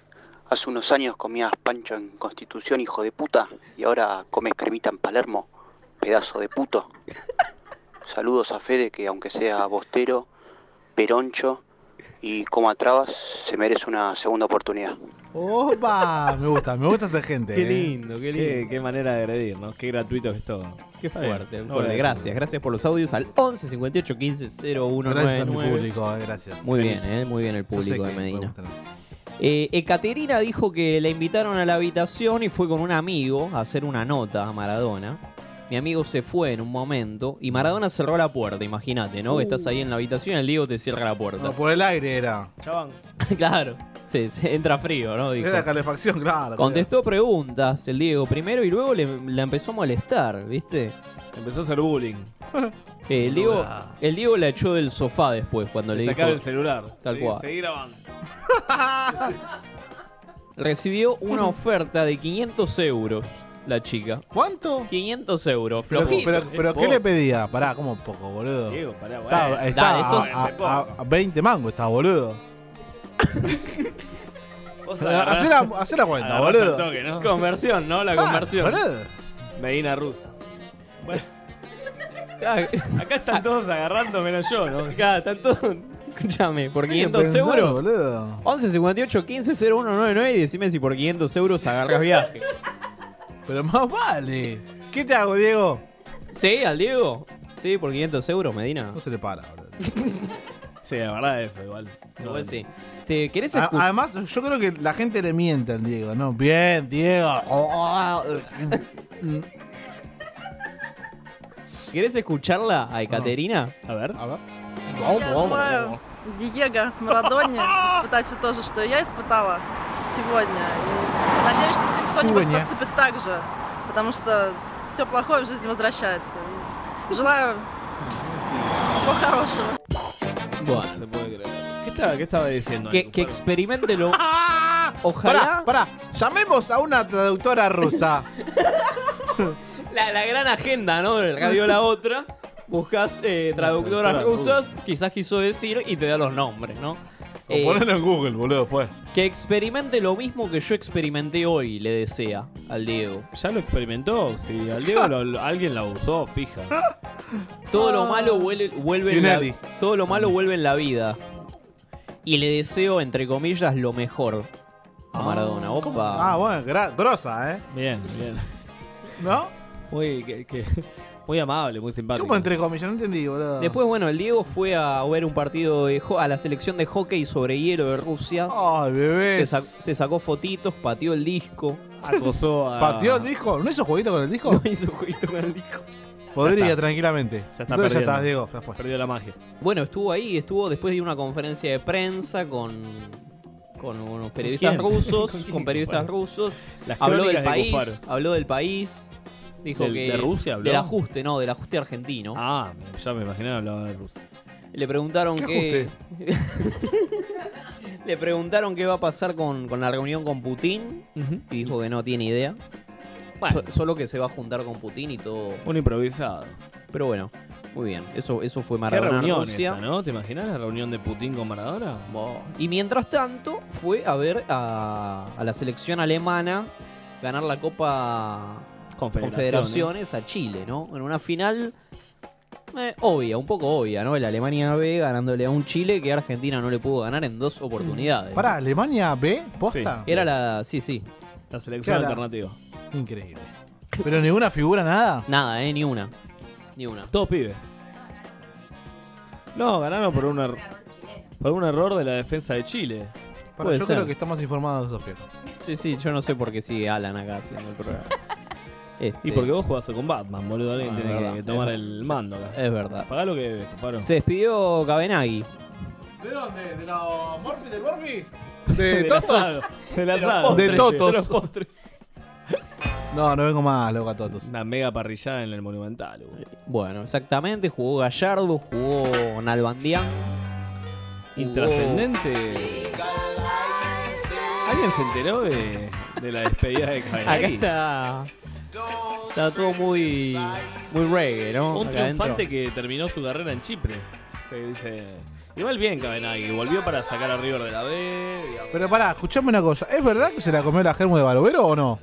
Speaker 14: hace unos años comías pancho en Constitución, hijo de puta, y ahora comes cremita en Palermo, pedazo de puto. Saludos a Fede, que aunque sea bostero, peroncho y coma trabas, se merece una segunda oportunidad.
Speaker 13: Opa, me gusta, me gusta esta gente.
Speaker 6: Qué
Speaker 13: eh.
Speaker 6: lindo, qué lindo.
Speaker 8: Qué, qué manera de agredir, ¿no? Qué gratuito que es todo.
Speaker 6: Qué
Speaker 8: Está bien.
Speaker 6: fuerte,
Speaker 8: No,
Speaker 6: fuerte. Gracias, gracias por los audios al 11 58 15
Speaker 13: Gracias a mi
Speaker 6: 0199.
Speaker 13: público, eh, gracias.
Speaker 6: Muy bien, eh, muy bien el
Speaker 13: Yo sé
Speaker 6: público
Speaker 13: que
Speaker 6: de Medina.
Speaker 13: puede gustar.
Speaker 6: Eh, Ekaterina dijo que la invitaron a la habitación y fue con un amigo a hacer una nota a Maradona. Mi amigo se fue en un momento y Maradona cerró la puerta, imagínate, ¿no?
Speaker 13: Uh.
Speaker 6: Estás ahí en la habitación y el Diego te cierra la puerta.
Speaker 13: No, por el aire era.
Speaker 8: Chabón.
Speaker 6: claro, se, se entra frío, ¿no? Dijo.
Speaker 13: Era la calefacción, claro.
Speaker 6: Contestó preguntas el Diego primero y luego le, la empezó a molestar, ¿viste?
Speaker 8: Empezó a hacer bullying.
Speaker 6: Eh, el, Diego, el Diego la echó del sofá después cuando
Speaker 8: Le
Speaker 6: le,
Speaker 8: sacaba
Speaker 6: dijo-
Speaker 8: el celular.
Speaker 6: Tal
Speaker 8: Sí,
Speaker 6: cual.
Speaker 8: Seguí grabando.
Speaker 6: Recibió una oferta de 500 euros la chica.
Speaker 13: ¿Cuánto?
Speaker 6: 500 euros,
Speaker 13: Pero,
Speaker 6: flojito.
Speaker 13: pero, pero ¿qué le pedía? Pará, como poco, boludo.
Speaker 8: Diego, pará, bueno.
Speaker 13: Está, está
Speaker 6: Dale, eso-
Speaker 13: a, a- a- a 20 mangos, está, boludo.
Speaker 8: Vos agarrás-
Speaker 13: Hacé la, hacé la cuenta,
Speaker 8: agarrás al
Speaker 13: boludo.
Speaker 8: toque, ¿no?
Speaker 6: Conversión, ¿no? La
Speaker 8: Ah,
Speaker 6: conversión.
Speaker 8: boludo. Medina rusa. Bueno. Acá están todos agarrando, menos yo, ¿no?
Speaker 6: Acá Ah, están todos. Escúchame, por
Speaker 8: Hay que
Speaker 6: 500
Speaker 8: pensar,
Speaker 6: euros.
Speaker 13: boludo.
Speaker 6: 11 58 15 0199 y decime si por 500 euros agarras viaje.
Speaker 13: Pero más vale. ¿Qué te hago, Diego?
Speaker 6: ¿Sí, al Diego? Sí, por 500 euros, Medina. No
Speaker 13: se le para, boludo.
Speaker 8: Sí, la verdad es eso, igual.
Speaker 6: Igual sí. ¿Te querés
Speaker 13: A-
Speaker 6: escuchar?
Speaker 13: Además, yo creo que la gente le miente al Diego, ¿no? Bien, Diego. Oh,
Speaker 6: ¿Querés escucharla a Ekaterina?
Speaker 8: A ver.
Speaker 13: A ver.
Speaker 23: Диего Марадоне испытать все то же, что и я испытала сегодня. И надеюсь, что с ним кто-нибудь
Speaker 13: Сегодня.
Speaker 23: поступит так же, потому что все плохое в жизни возвращается. И желаю всего хорошего.
Speaker 8: Bueno. se puede creer. ¿Qué estaba, qué estaba diciendo?
Speaker 6: Que, que experimente lo.
Speaker 13: Pará,
Speaker 6: Ojalá.
Speaker 13: pará. Llamemos a una traductora rusa.
Speaker 6: La, la gran agenda, ¿no? El radio la otra. Buscas eh, traductoras
Speaker 8: traductora
Speaker 6: rusas, quizás quiso decir, y te da los nombres, ¿no?
Speaker 8: O
Speaker 6: Eh,
Speaker 8: ponelo en Google, boludo, fue.
Speaker 6: Que experimente lo mismo que yo experimenté hoy, le desea al Diego.
Speaker 8: Ya lo experimentó, si al Diego lo- lo- alguien la usó, fija.
Speaker 6: Todo lo malo vuelve, vuelve en
Speaker 8: Tinelli.
Speaker 6: la, todo lo malo vuelve en la vida. Y le deseo, entre comillas, lo mejor a Maradona. Opa.
Speaker 13: Ah, bueno, gra- grosa, ¿eh?
Speaker 8: Bien, bien.
Speaker 13: ¿No?
Speaker 8: Muy, que- que- muy amable, muy simpático.
Speaker 13: ¿Cómo entre comillas? No entendí, boludo.
Speaker 6: Después, bueno, el Diego fue a ver un partido de ho- a la selección de hockey sobre hielo de Rusia.
Speaker 13: ¡Ay, bebés!
Speaker 6: Se, sa- se sacó fotitos, pateó el disco.
Speaker 8: Acosó a.
Speaker 13: ¿Pateó el disco? ¿No hizo jueguito con el disco? No
Speaker 6: hizo jueguito con el disco.
Speaker 13: Podría,
Speaker 6: Ya está.
Speaker 13: tranquilamente.
Speaker 6: Ya está
Speaker 13: Entonces ya
Speaker 6: perdiendo.
Speaker 13: estás, Diego. Ya fue.
Speaker 8: Perdió la magia.
Speaker 6: Bueno, estuvo ahí, estuvo después de una conferencia de prensa con, con unos periodistas
Speaker 8: quién?
Speaker 6: rusos,
Speaker 8: ¿Con
Speaker 6: con,
Speaker 8: quién?
Speaker 6: periodistas
Speaker 8: Bueno.
Speaker 6: rusos.
Speaker 8: Las
Speaker 6: habló del
Speaker 8: crónicas de
Speaker 6: país,
Speaker 8: Cufaro.
Speaker 6: habló del país, dijo
Speaker 8: ¿Del-
Speaker 6: que
Speaker 8: de Rusia habló?
Speaker 6: del ajuste, no, del ajuste argentino.
Speaker 8: Ah, ya me imaginaba hablaba de Rusia.
Speaker 6: Le preguntaron
Speaker 8: ¿Qué
Speaker 6: qué, le preguntaron qué va a pasar con, con la reunión con Putin y dijo que no tiene idea. So- solo que se va a juntar con Putin y todo.
Speaker 8: Un improvisado.
Speaker 6: Pero bueno, muy bien. Eso, eso fue
Speaker 8: ¿Qué
Speaker 6: Maradona en
Speaker 8: reunión
Speaker 6: Rusia.
Speaker 8: esa, no? ¿Te imaginas la reunión de Putin con Maradona?
Speaker 6: Y mientras tanto, fue a ver a, a la selección alemana ganar la Copa
Speaker 8: Confederaciones.
Speaker 6: Confederaciones a Chile, ¿no? En una final eh, obvia, un poco obvia, ¿no? La Alemania B ganándole a un Chile que Argentina no le pudo ganar en dos oportunidades.
Speaker 13: Pará, ¿Alemania B? ¿Posta?
Speaker 6: Era la. Sí, sí.
Speaker 8: La
Speaker 13: selección Claro.
Speaker 8: alternativa.
Speaker 13: Increíble. ¿Pero ninguna figura, nada?
Speaker 6: Nada, ¿eh? Ni una. Ni una.
Speaker 8: Todos pibes. No, ganaron por un, error por un error de la defensa de Chile.
Speaker 13: Pará, yo creo que está más informado Sofía.
Speaker 6: Sí, sí, yo no sé por qué sigue Alan acá haciendo el programa. Este-
Speaker 8: Y porque vos jugás con Batman, boludo. Alguien
Speaker 6: Ah,
Speaker 8: tiene
Speaker 6: es
Speaker 8: que,
Speaker 6: verdad, es
Speaker 8: tomar
Speaker 6: verdad.
Speaker 8: el mando acá.
Speaker 6: Es verdad.
Speaker 8: Pagá lo que debes, Cufaro.
Speaker 6: Se despidió Cabenagui.
Speaker 13: ¿De dónde? ¿De los Morphy? ¿Del Morphy?
Speaker 8: Del asado. Del asado.
Speaker 13: De
Speaker 8: De los
Speaker 13: Totos.
Speaker 8: postres.
Speaker 13: No, no vengo más, loco, a Totos.
Speaker 8: Una mega parrillada en el Monumental, boludo.
Speaker 6: Bueno, exactamente. Jugó Gallardo, jugó Nalbandián. jugó-
Speaker 8: Intrascendente. ¿Alguien se enteró de, de la despedida de
Speaker 6: Acá
Speaker 8: Cavenaghi?
Speaker 6: está. Está todo muy. Muy reggae, ¿no?
Speaker 8: Un
Speaker 6: Acá
Speaker 8: triunfante
Speaker 6: adentro.
Speaker 8: que terminó su carrera en Chipre. Se dice. Igual bien Cabenagui, volvió para sacar a River de la B. digamos.
Speaker 13: Pero pará, escuchame una cosa. ¿Es verdad que se la comió la germo de Barovero o no?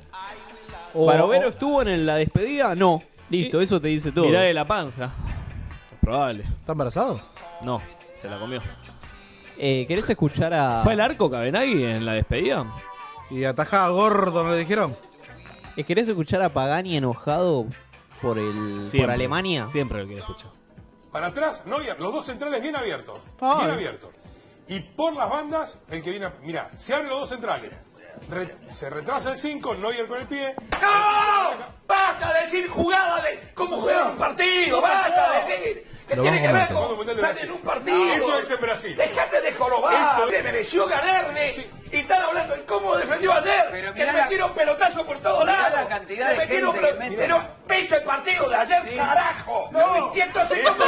Speaker 13: O-
Speaker 6: ¿Barovero estuvo en el- la despedida? No. Listo, eso te dice todo.
Speaker 8: Mirá de la panza. Es probable.
Speaker 13: ¿Está embarazado?
Speaker 8: No, se la comió.
Speaker 6: Eh, ¿Querés escuchar a.?
Speaker 8: ¿Fue al arco Cabenagui en la despedida?
Speaker 13: Y atajaba gordo, ¿no le dijeron?
Speaker 6: Eh, ¿Querés escuchar a Pagani enojado por el por
Speaker 8: Siempre,
Speaker 6: Alemania?
Speaker 8: Siempre lo quiere escuchar.
Speaker 22: Para atrás, Neuer, los dos centrales bien abiertos.
Speaker 6: Ah,
Speaker 22: bien
Speaker 6: eh.
Speaker 22: abiertos. Y por las bandas, el que viene. a- Mirá, se abren los dos centrales. Re- se retrasa el 5, Neuer con el pie. ¡No! ¡Basta de decir jugada de cómo
Speaker 3: juegan un partido! ¡Basta de decir que
Speaker 22: Lo
Speaker 3: tiene que
Speaker 22: vamos a
Speaker 3: ver
Speaker 22: meter.
Speaker 3: con salen un partido!
Speaker 22: Eso es en Brasil.
Speaker 3: ¡Dejate de jorobar!
Speaker 22: Esto-
Speaker 3: ¡Le mereció ganarle! Y están hablando de cómo defendió a
Speaker 22: Pero
Speaker 3: Der, que
Speaker 22: mirá
Speaker 3: le
Speaker 22: la-
Speaker 3: metieron pelotazo por todos
Speaker 22: mirá
Speaker 3: lados.
Speaker 22: la cantidad
Speaker 3: le
Speaker 22: de
Speaker 3: metieron
Speaker 22: gente que
Speaker 3: pelo-
Speaker 22: mete.
Speaker 3: pero pecho el partido de ayer, carajo. No. Y entonces, ¿cómo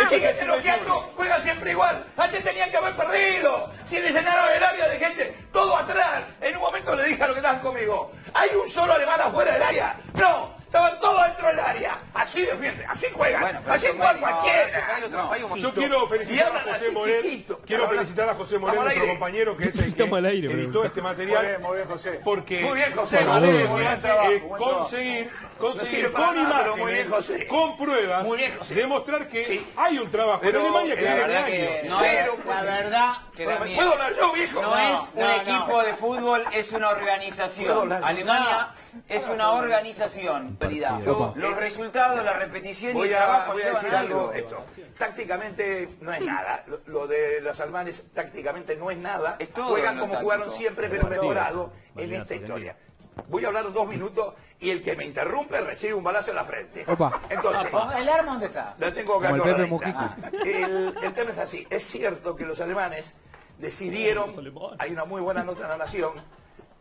Speaker 22: Eso
Speaker 3: siguen
Speaker 22: es
Speaker 3: elogiando? Juega siempre igual. Antes tenían que haber perdido. Si le llenaron el área de gente, todo atrás. En un momento le dije a los que estaban conmigo, ¿hay un solo alemán afuera del área? No. Estaban todos dentro del área. Así defiende, así juegan,
Speaker 22: Bueno, pero
Speaker 3: así
Speaker 22: eso
Speaker 3: juega
Speaker 22: no-
Speaker 3: cualquiera.
Speaker 22: no,
Speaker 3: No.
Speaker 22: Yo quiero felicitar a José Morel. Quiero felicitar a José Morel,
Speaker 3: Estamos al
Speaker 22: nuestro
Speaker 3: aire.
Speaker 22: compañero, que es el que
Speaker 3: Estamos al aire,
Speaker 22: editó
Speaker 3: bro.
Speaker 22: este material.
Speaker 3: Muy bien, muy bien,
Speaker 22: José. Porque
Speaker 3: Muy bien, José,
Speaker 22: Bueno,
Speaker 3: muy bien,
Speaker 22: lo que
Speaker 3: muy bien
Speaker 22: hace
Speaker 3: trabajo,
Speaker 22: es
Speaker 3: buen trabajo.
Speaker 22: conseguir,
Speaker 3: No
Speaker 22: conseguir
Speaker 3: sirve para
Speaker 22: con
Speaker 3: nada, pero muy
Speaker 22: imágenes,
Speaker 3: bien, José.
Speaker 22: con pruebas,
Speaker 3: Muy bien, José.
Speaker 22: demostrar que hay un trabajo en Alemania que
Speaker 3: la
Speaker 22: viene este de
Speaker 3: verdad
Speaker 22: años.
Speaker 3: que no Cero.
Speaker 9: La verdad que da miedo.
Speaker 3: ¿Puedo hablar yo, viejo?
Speaker 9: No,
Speaker 3: No,
Speaker 9: es un
Speaker 3: no, no.
Speaker 9: equipo de fútbol, es una
Speaker 3: ¿Puedo
Speaker 9: organización.
Speaker 3: hablar yo? Ah.
Speaker 9: Alemania es una organización, Perida.
Speaker 3: Yo-
Speaker 9: Los resultados, la repetición y
Speaker 3: Voy
Speaker 9: el
Speaker 3: a,
Speaker 9: trabajo
Speaker 3: voy a
Speaker 9: llevan
Speaker 3: decir
Speaker 9: a
Speaker 3: algo.
Speaker 9: algo.
Speaker 3: Esto. Tácticamente no es nada. Lo, lo de los alemanes tácticamente no es nada.
Speaker 9: todo
Speaker 3: Juegan
Speaker 9: lo
Speaker 3: como
Speaker 9: táctico.
Speaker 3: jugaron siempre, pero
Speaker 9: Partido.
Speaker 3: mejorado en
Speaker 9: Validazo,
Speaker 3: esta historia. Voy a hablar dos minutos y el que me interrumpe recibe un balazo en la frente.
Speaker 1: Opa.
Speaker 3: Entonces,
Speaker 9: ¿El arma dónde está?
Speaker 3: la tengo acá
Speaker 1: Como el
Speaker 3: con la
Speaker 1: Pepe
Speaker 3: lista. El, el tema es así. Es cierto que los alemanes decidieron, hay una muy buena nota en la Nación,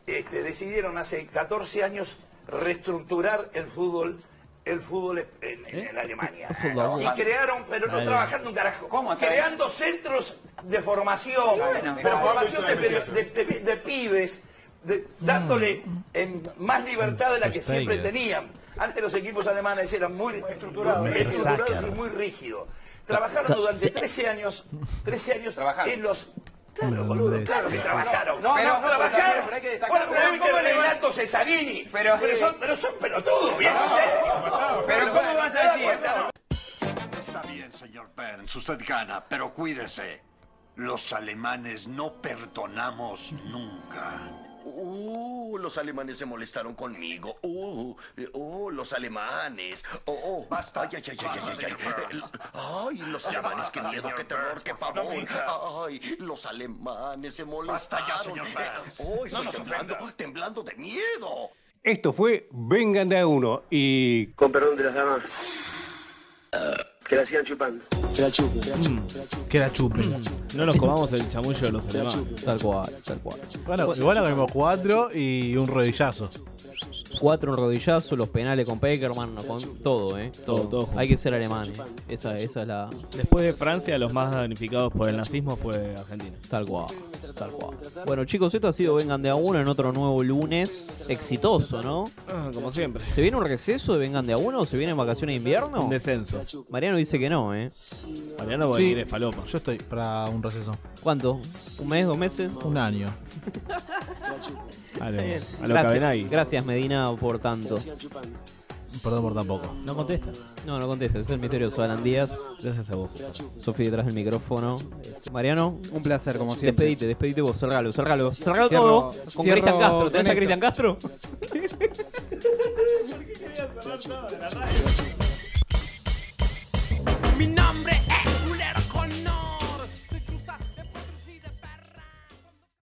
Speaker 3: este, decidieron hace 14 años reestructurar el fútbol el fútbol en- en, en Alemania.
Speaker 9: ¿Eh? Fútbol.
Speaker 3: Y crearon, pero no
Speaker 9: Ahí.
Speaker 3: trabajando un carajo,
Speaker 9: ¿Cómo?
Speaker 3: creando centros de formación,
Speaker 9: Y bueno.
Speaker 3: pero formación de, perio- de- de- de pibes, de- dándole
Speaker 9: Mm.
Speaker 3: em, más libertad de la que
Speaker 2: Versteiger.
Speaker 3: siempre tenían. Antes los equipos alemanes eran muy estructurados,
Speaker 2: Versace.
Speaker 3: estructurados y muy rígidos.
Speaker 9: Ah,
Speaker 3: Trabajaron durante 13 años, 13 años en los... Claro, boludo, claro que trabajaron.
Speaker 9: No, no,
Speaker 3: Pero
Speaker 9: no, pero
Speaker 3: trabajaron.
Speaker 9: pero hay que destacar-
Speaker 3: Bueno, pero
Speaker 9: pero ¿cómo
Speaker 3: ¿cómo
Speaker 9: le va-
Speaker 3: Renato Cesarini?
Speaker 9: Pero-
Speaker 3: Pero, son, pero son pelotudos, viejo. en serio.
Speaker 9: Pero ¿cómo vas a decir?
Speaker 17: Está bien, señor Burns, usted gana, pero cuídese. Los alemanes no perdonamos nunca. Uh, los alemanes se molestaron conmigo. Uh, eh, oh, los alemanes. Oh, oh. Basta. Ay, ay, ay, ay, ay, ay, ay. Ay, los
Speaker 4: Ya
Speaker 17: alemanes, qué
Speaker 4: basta,
Speaker 17: miedo,
Speaker 4: señor
Speaker 17: qué terror,
Speaker 3: Ah,
Speaker 4: Burns,
Speaker 17: qué
Speaker 4: por favor,
Speaker 17: pavor.
Speaker 4: no finja.
Speaker 17: Ay, los alemanes Ah, se
Speaker 4: Basta
Speaker 17: molestaron.
Speaker 4: ya, señor Burns.
Speaker 17: Eh, Oh,
Speaker 4: No
Speaker 17: estoy
Speaker 4: nos
Speaker 17: temblando,
Speaker 4: ofenda.
Speaker 17: temblando de miedo.
Speaker 10: Esto fue Vengan de a uno y.
Speaker 17: Con perdón de las damas. Que la sigan chupando.
Speaker 4: Que la chupe,
Speaker 8: Mm.
Speaker 7: Que la chupe.
Speaker 8: No nos comamos el chamullo de los alemanes.
Speaker 6: Tal cual, tal cual.
Speaker 7: Bueno, igual ganamos cuatro y un rodillazo.
Speaker 6: Cuatro en rodillazo, los penales con Peckerman, no, con todo, ¿eh? Todo, todo. Hay que ser alemán, ¿eh? Esa, esa es la.
Speaker 8: Después de Francia, los más damnificados por el nazismo fue Argentina.
Speaker 6: Tal cual, tal cual. Bueno, chicos, esto ha sido Vengan de a uno en otro nuevo lunes. Exitoso, ¿no?
Speaker 8: Ah, como siempre.
Speaker 6: ¿Se viene un receso de Vengan de a uno o se vienen vacaciones de invierno?
Speaker 8: Un descenso.
Speaker 6: Mariano dice que no, ¿eh?
Speaker 8: Mariano va a
Speaker 7: Sí,
Speaker 8: venir de falopa.
Speaker 7: Yo estoy para un receso.
Speaker 6: ¿Cuánto? ¿Un mes, dos meses?
Speaker 7: Un año.
Speaker 8: A lo, a lo Cabenaghi.
Speaker 6: Gracias, gracias, Medina, por tanto.
Speaker 7: Perdón por tampoco.
Speaker 8: No contesta.
Speaker 6: No, no contesta. Es el misterioso Alan Díaz.
Speaker 8: Gracias a vos.
Speaker 6: Sofía detrás del micrófono. Este, Mariano.
Speaker 1: Un placer, como siempre.
Speaker 6: Despedite, despedite vos. Cerralo, cerralo. Cerralo todo.
Speaker 1: Cierro-
Speaker 6: Con
Speaker 1: cierro
Speaker 6: Cristian Castro. ¿Tenés a
Speaker 1: con
Speaker 6: Cristian Castro?
Speaker 24: Mi nombre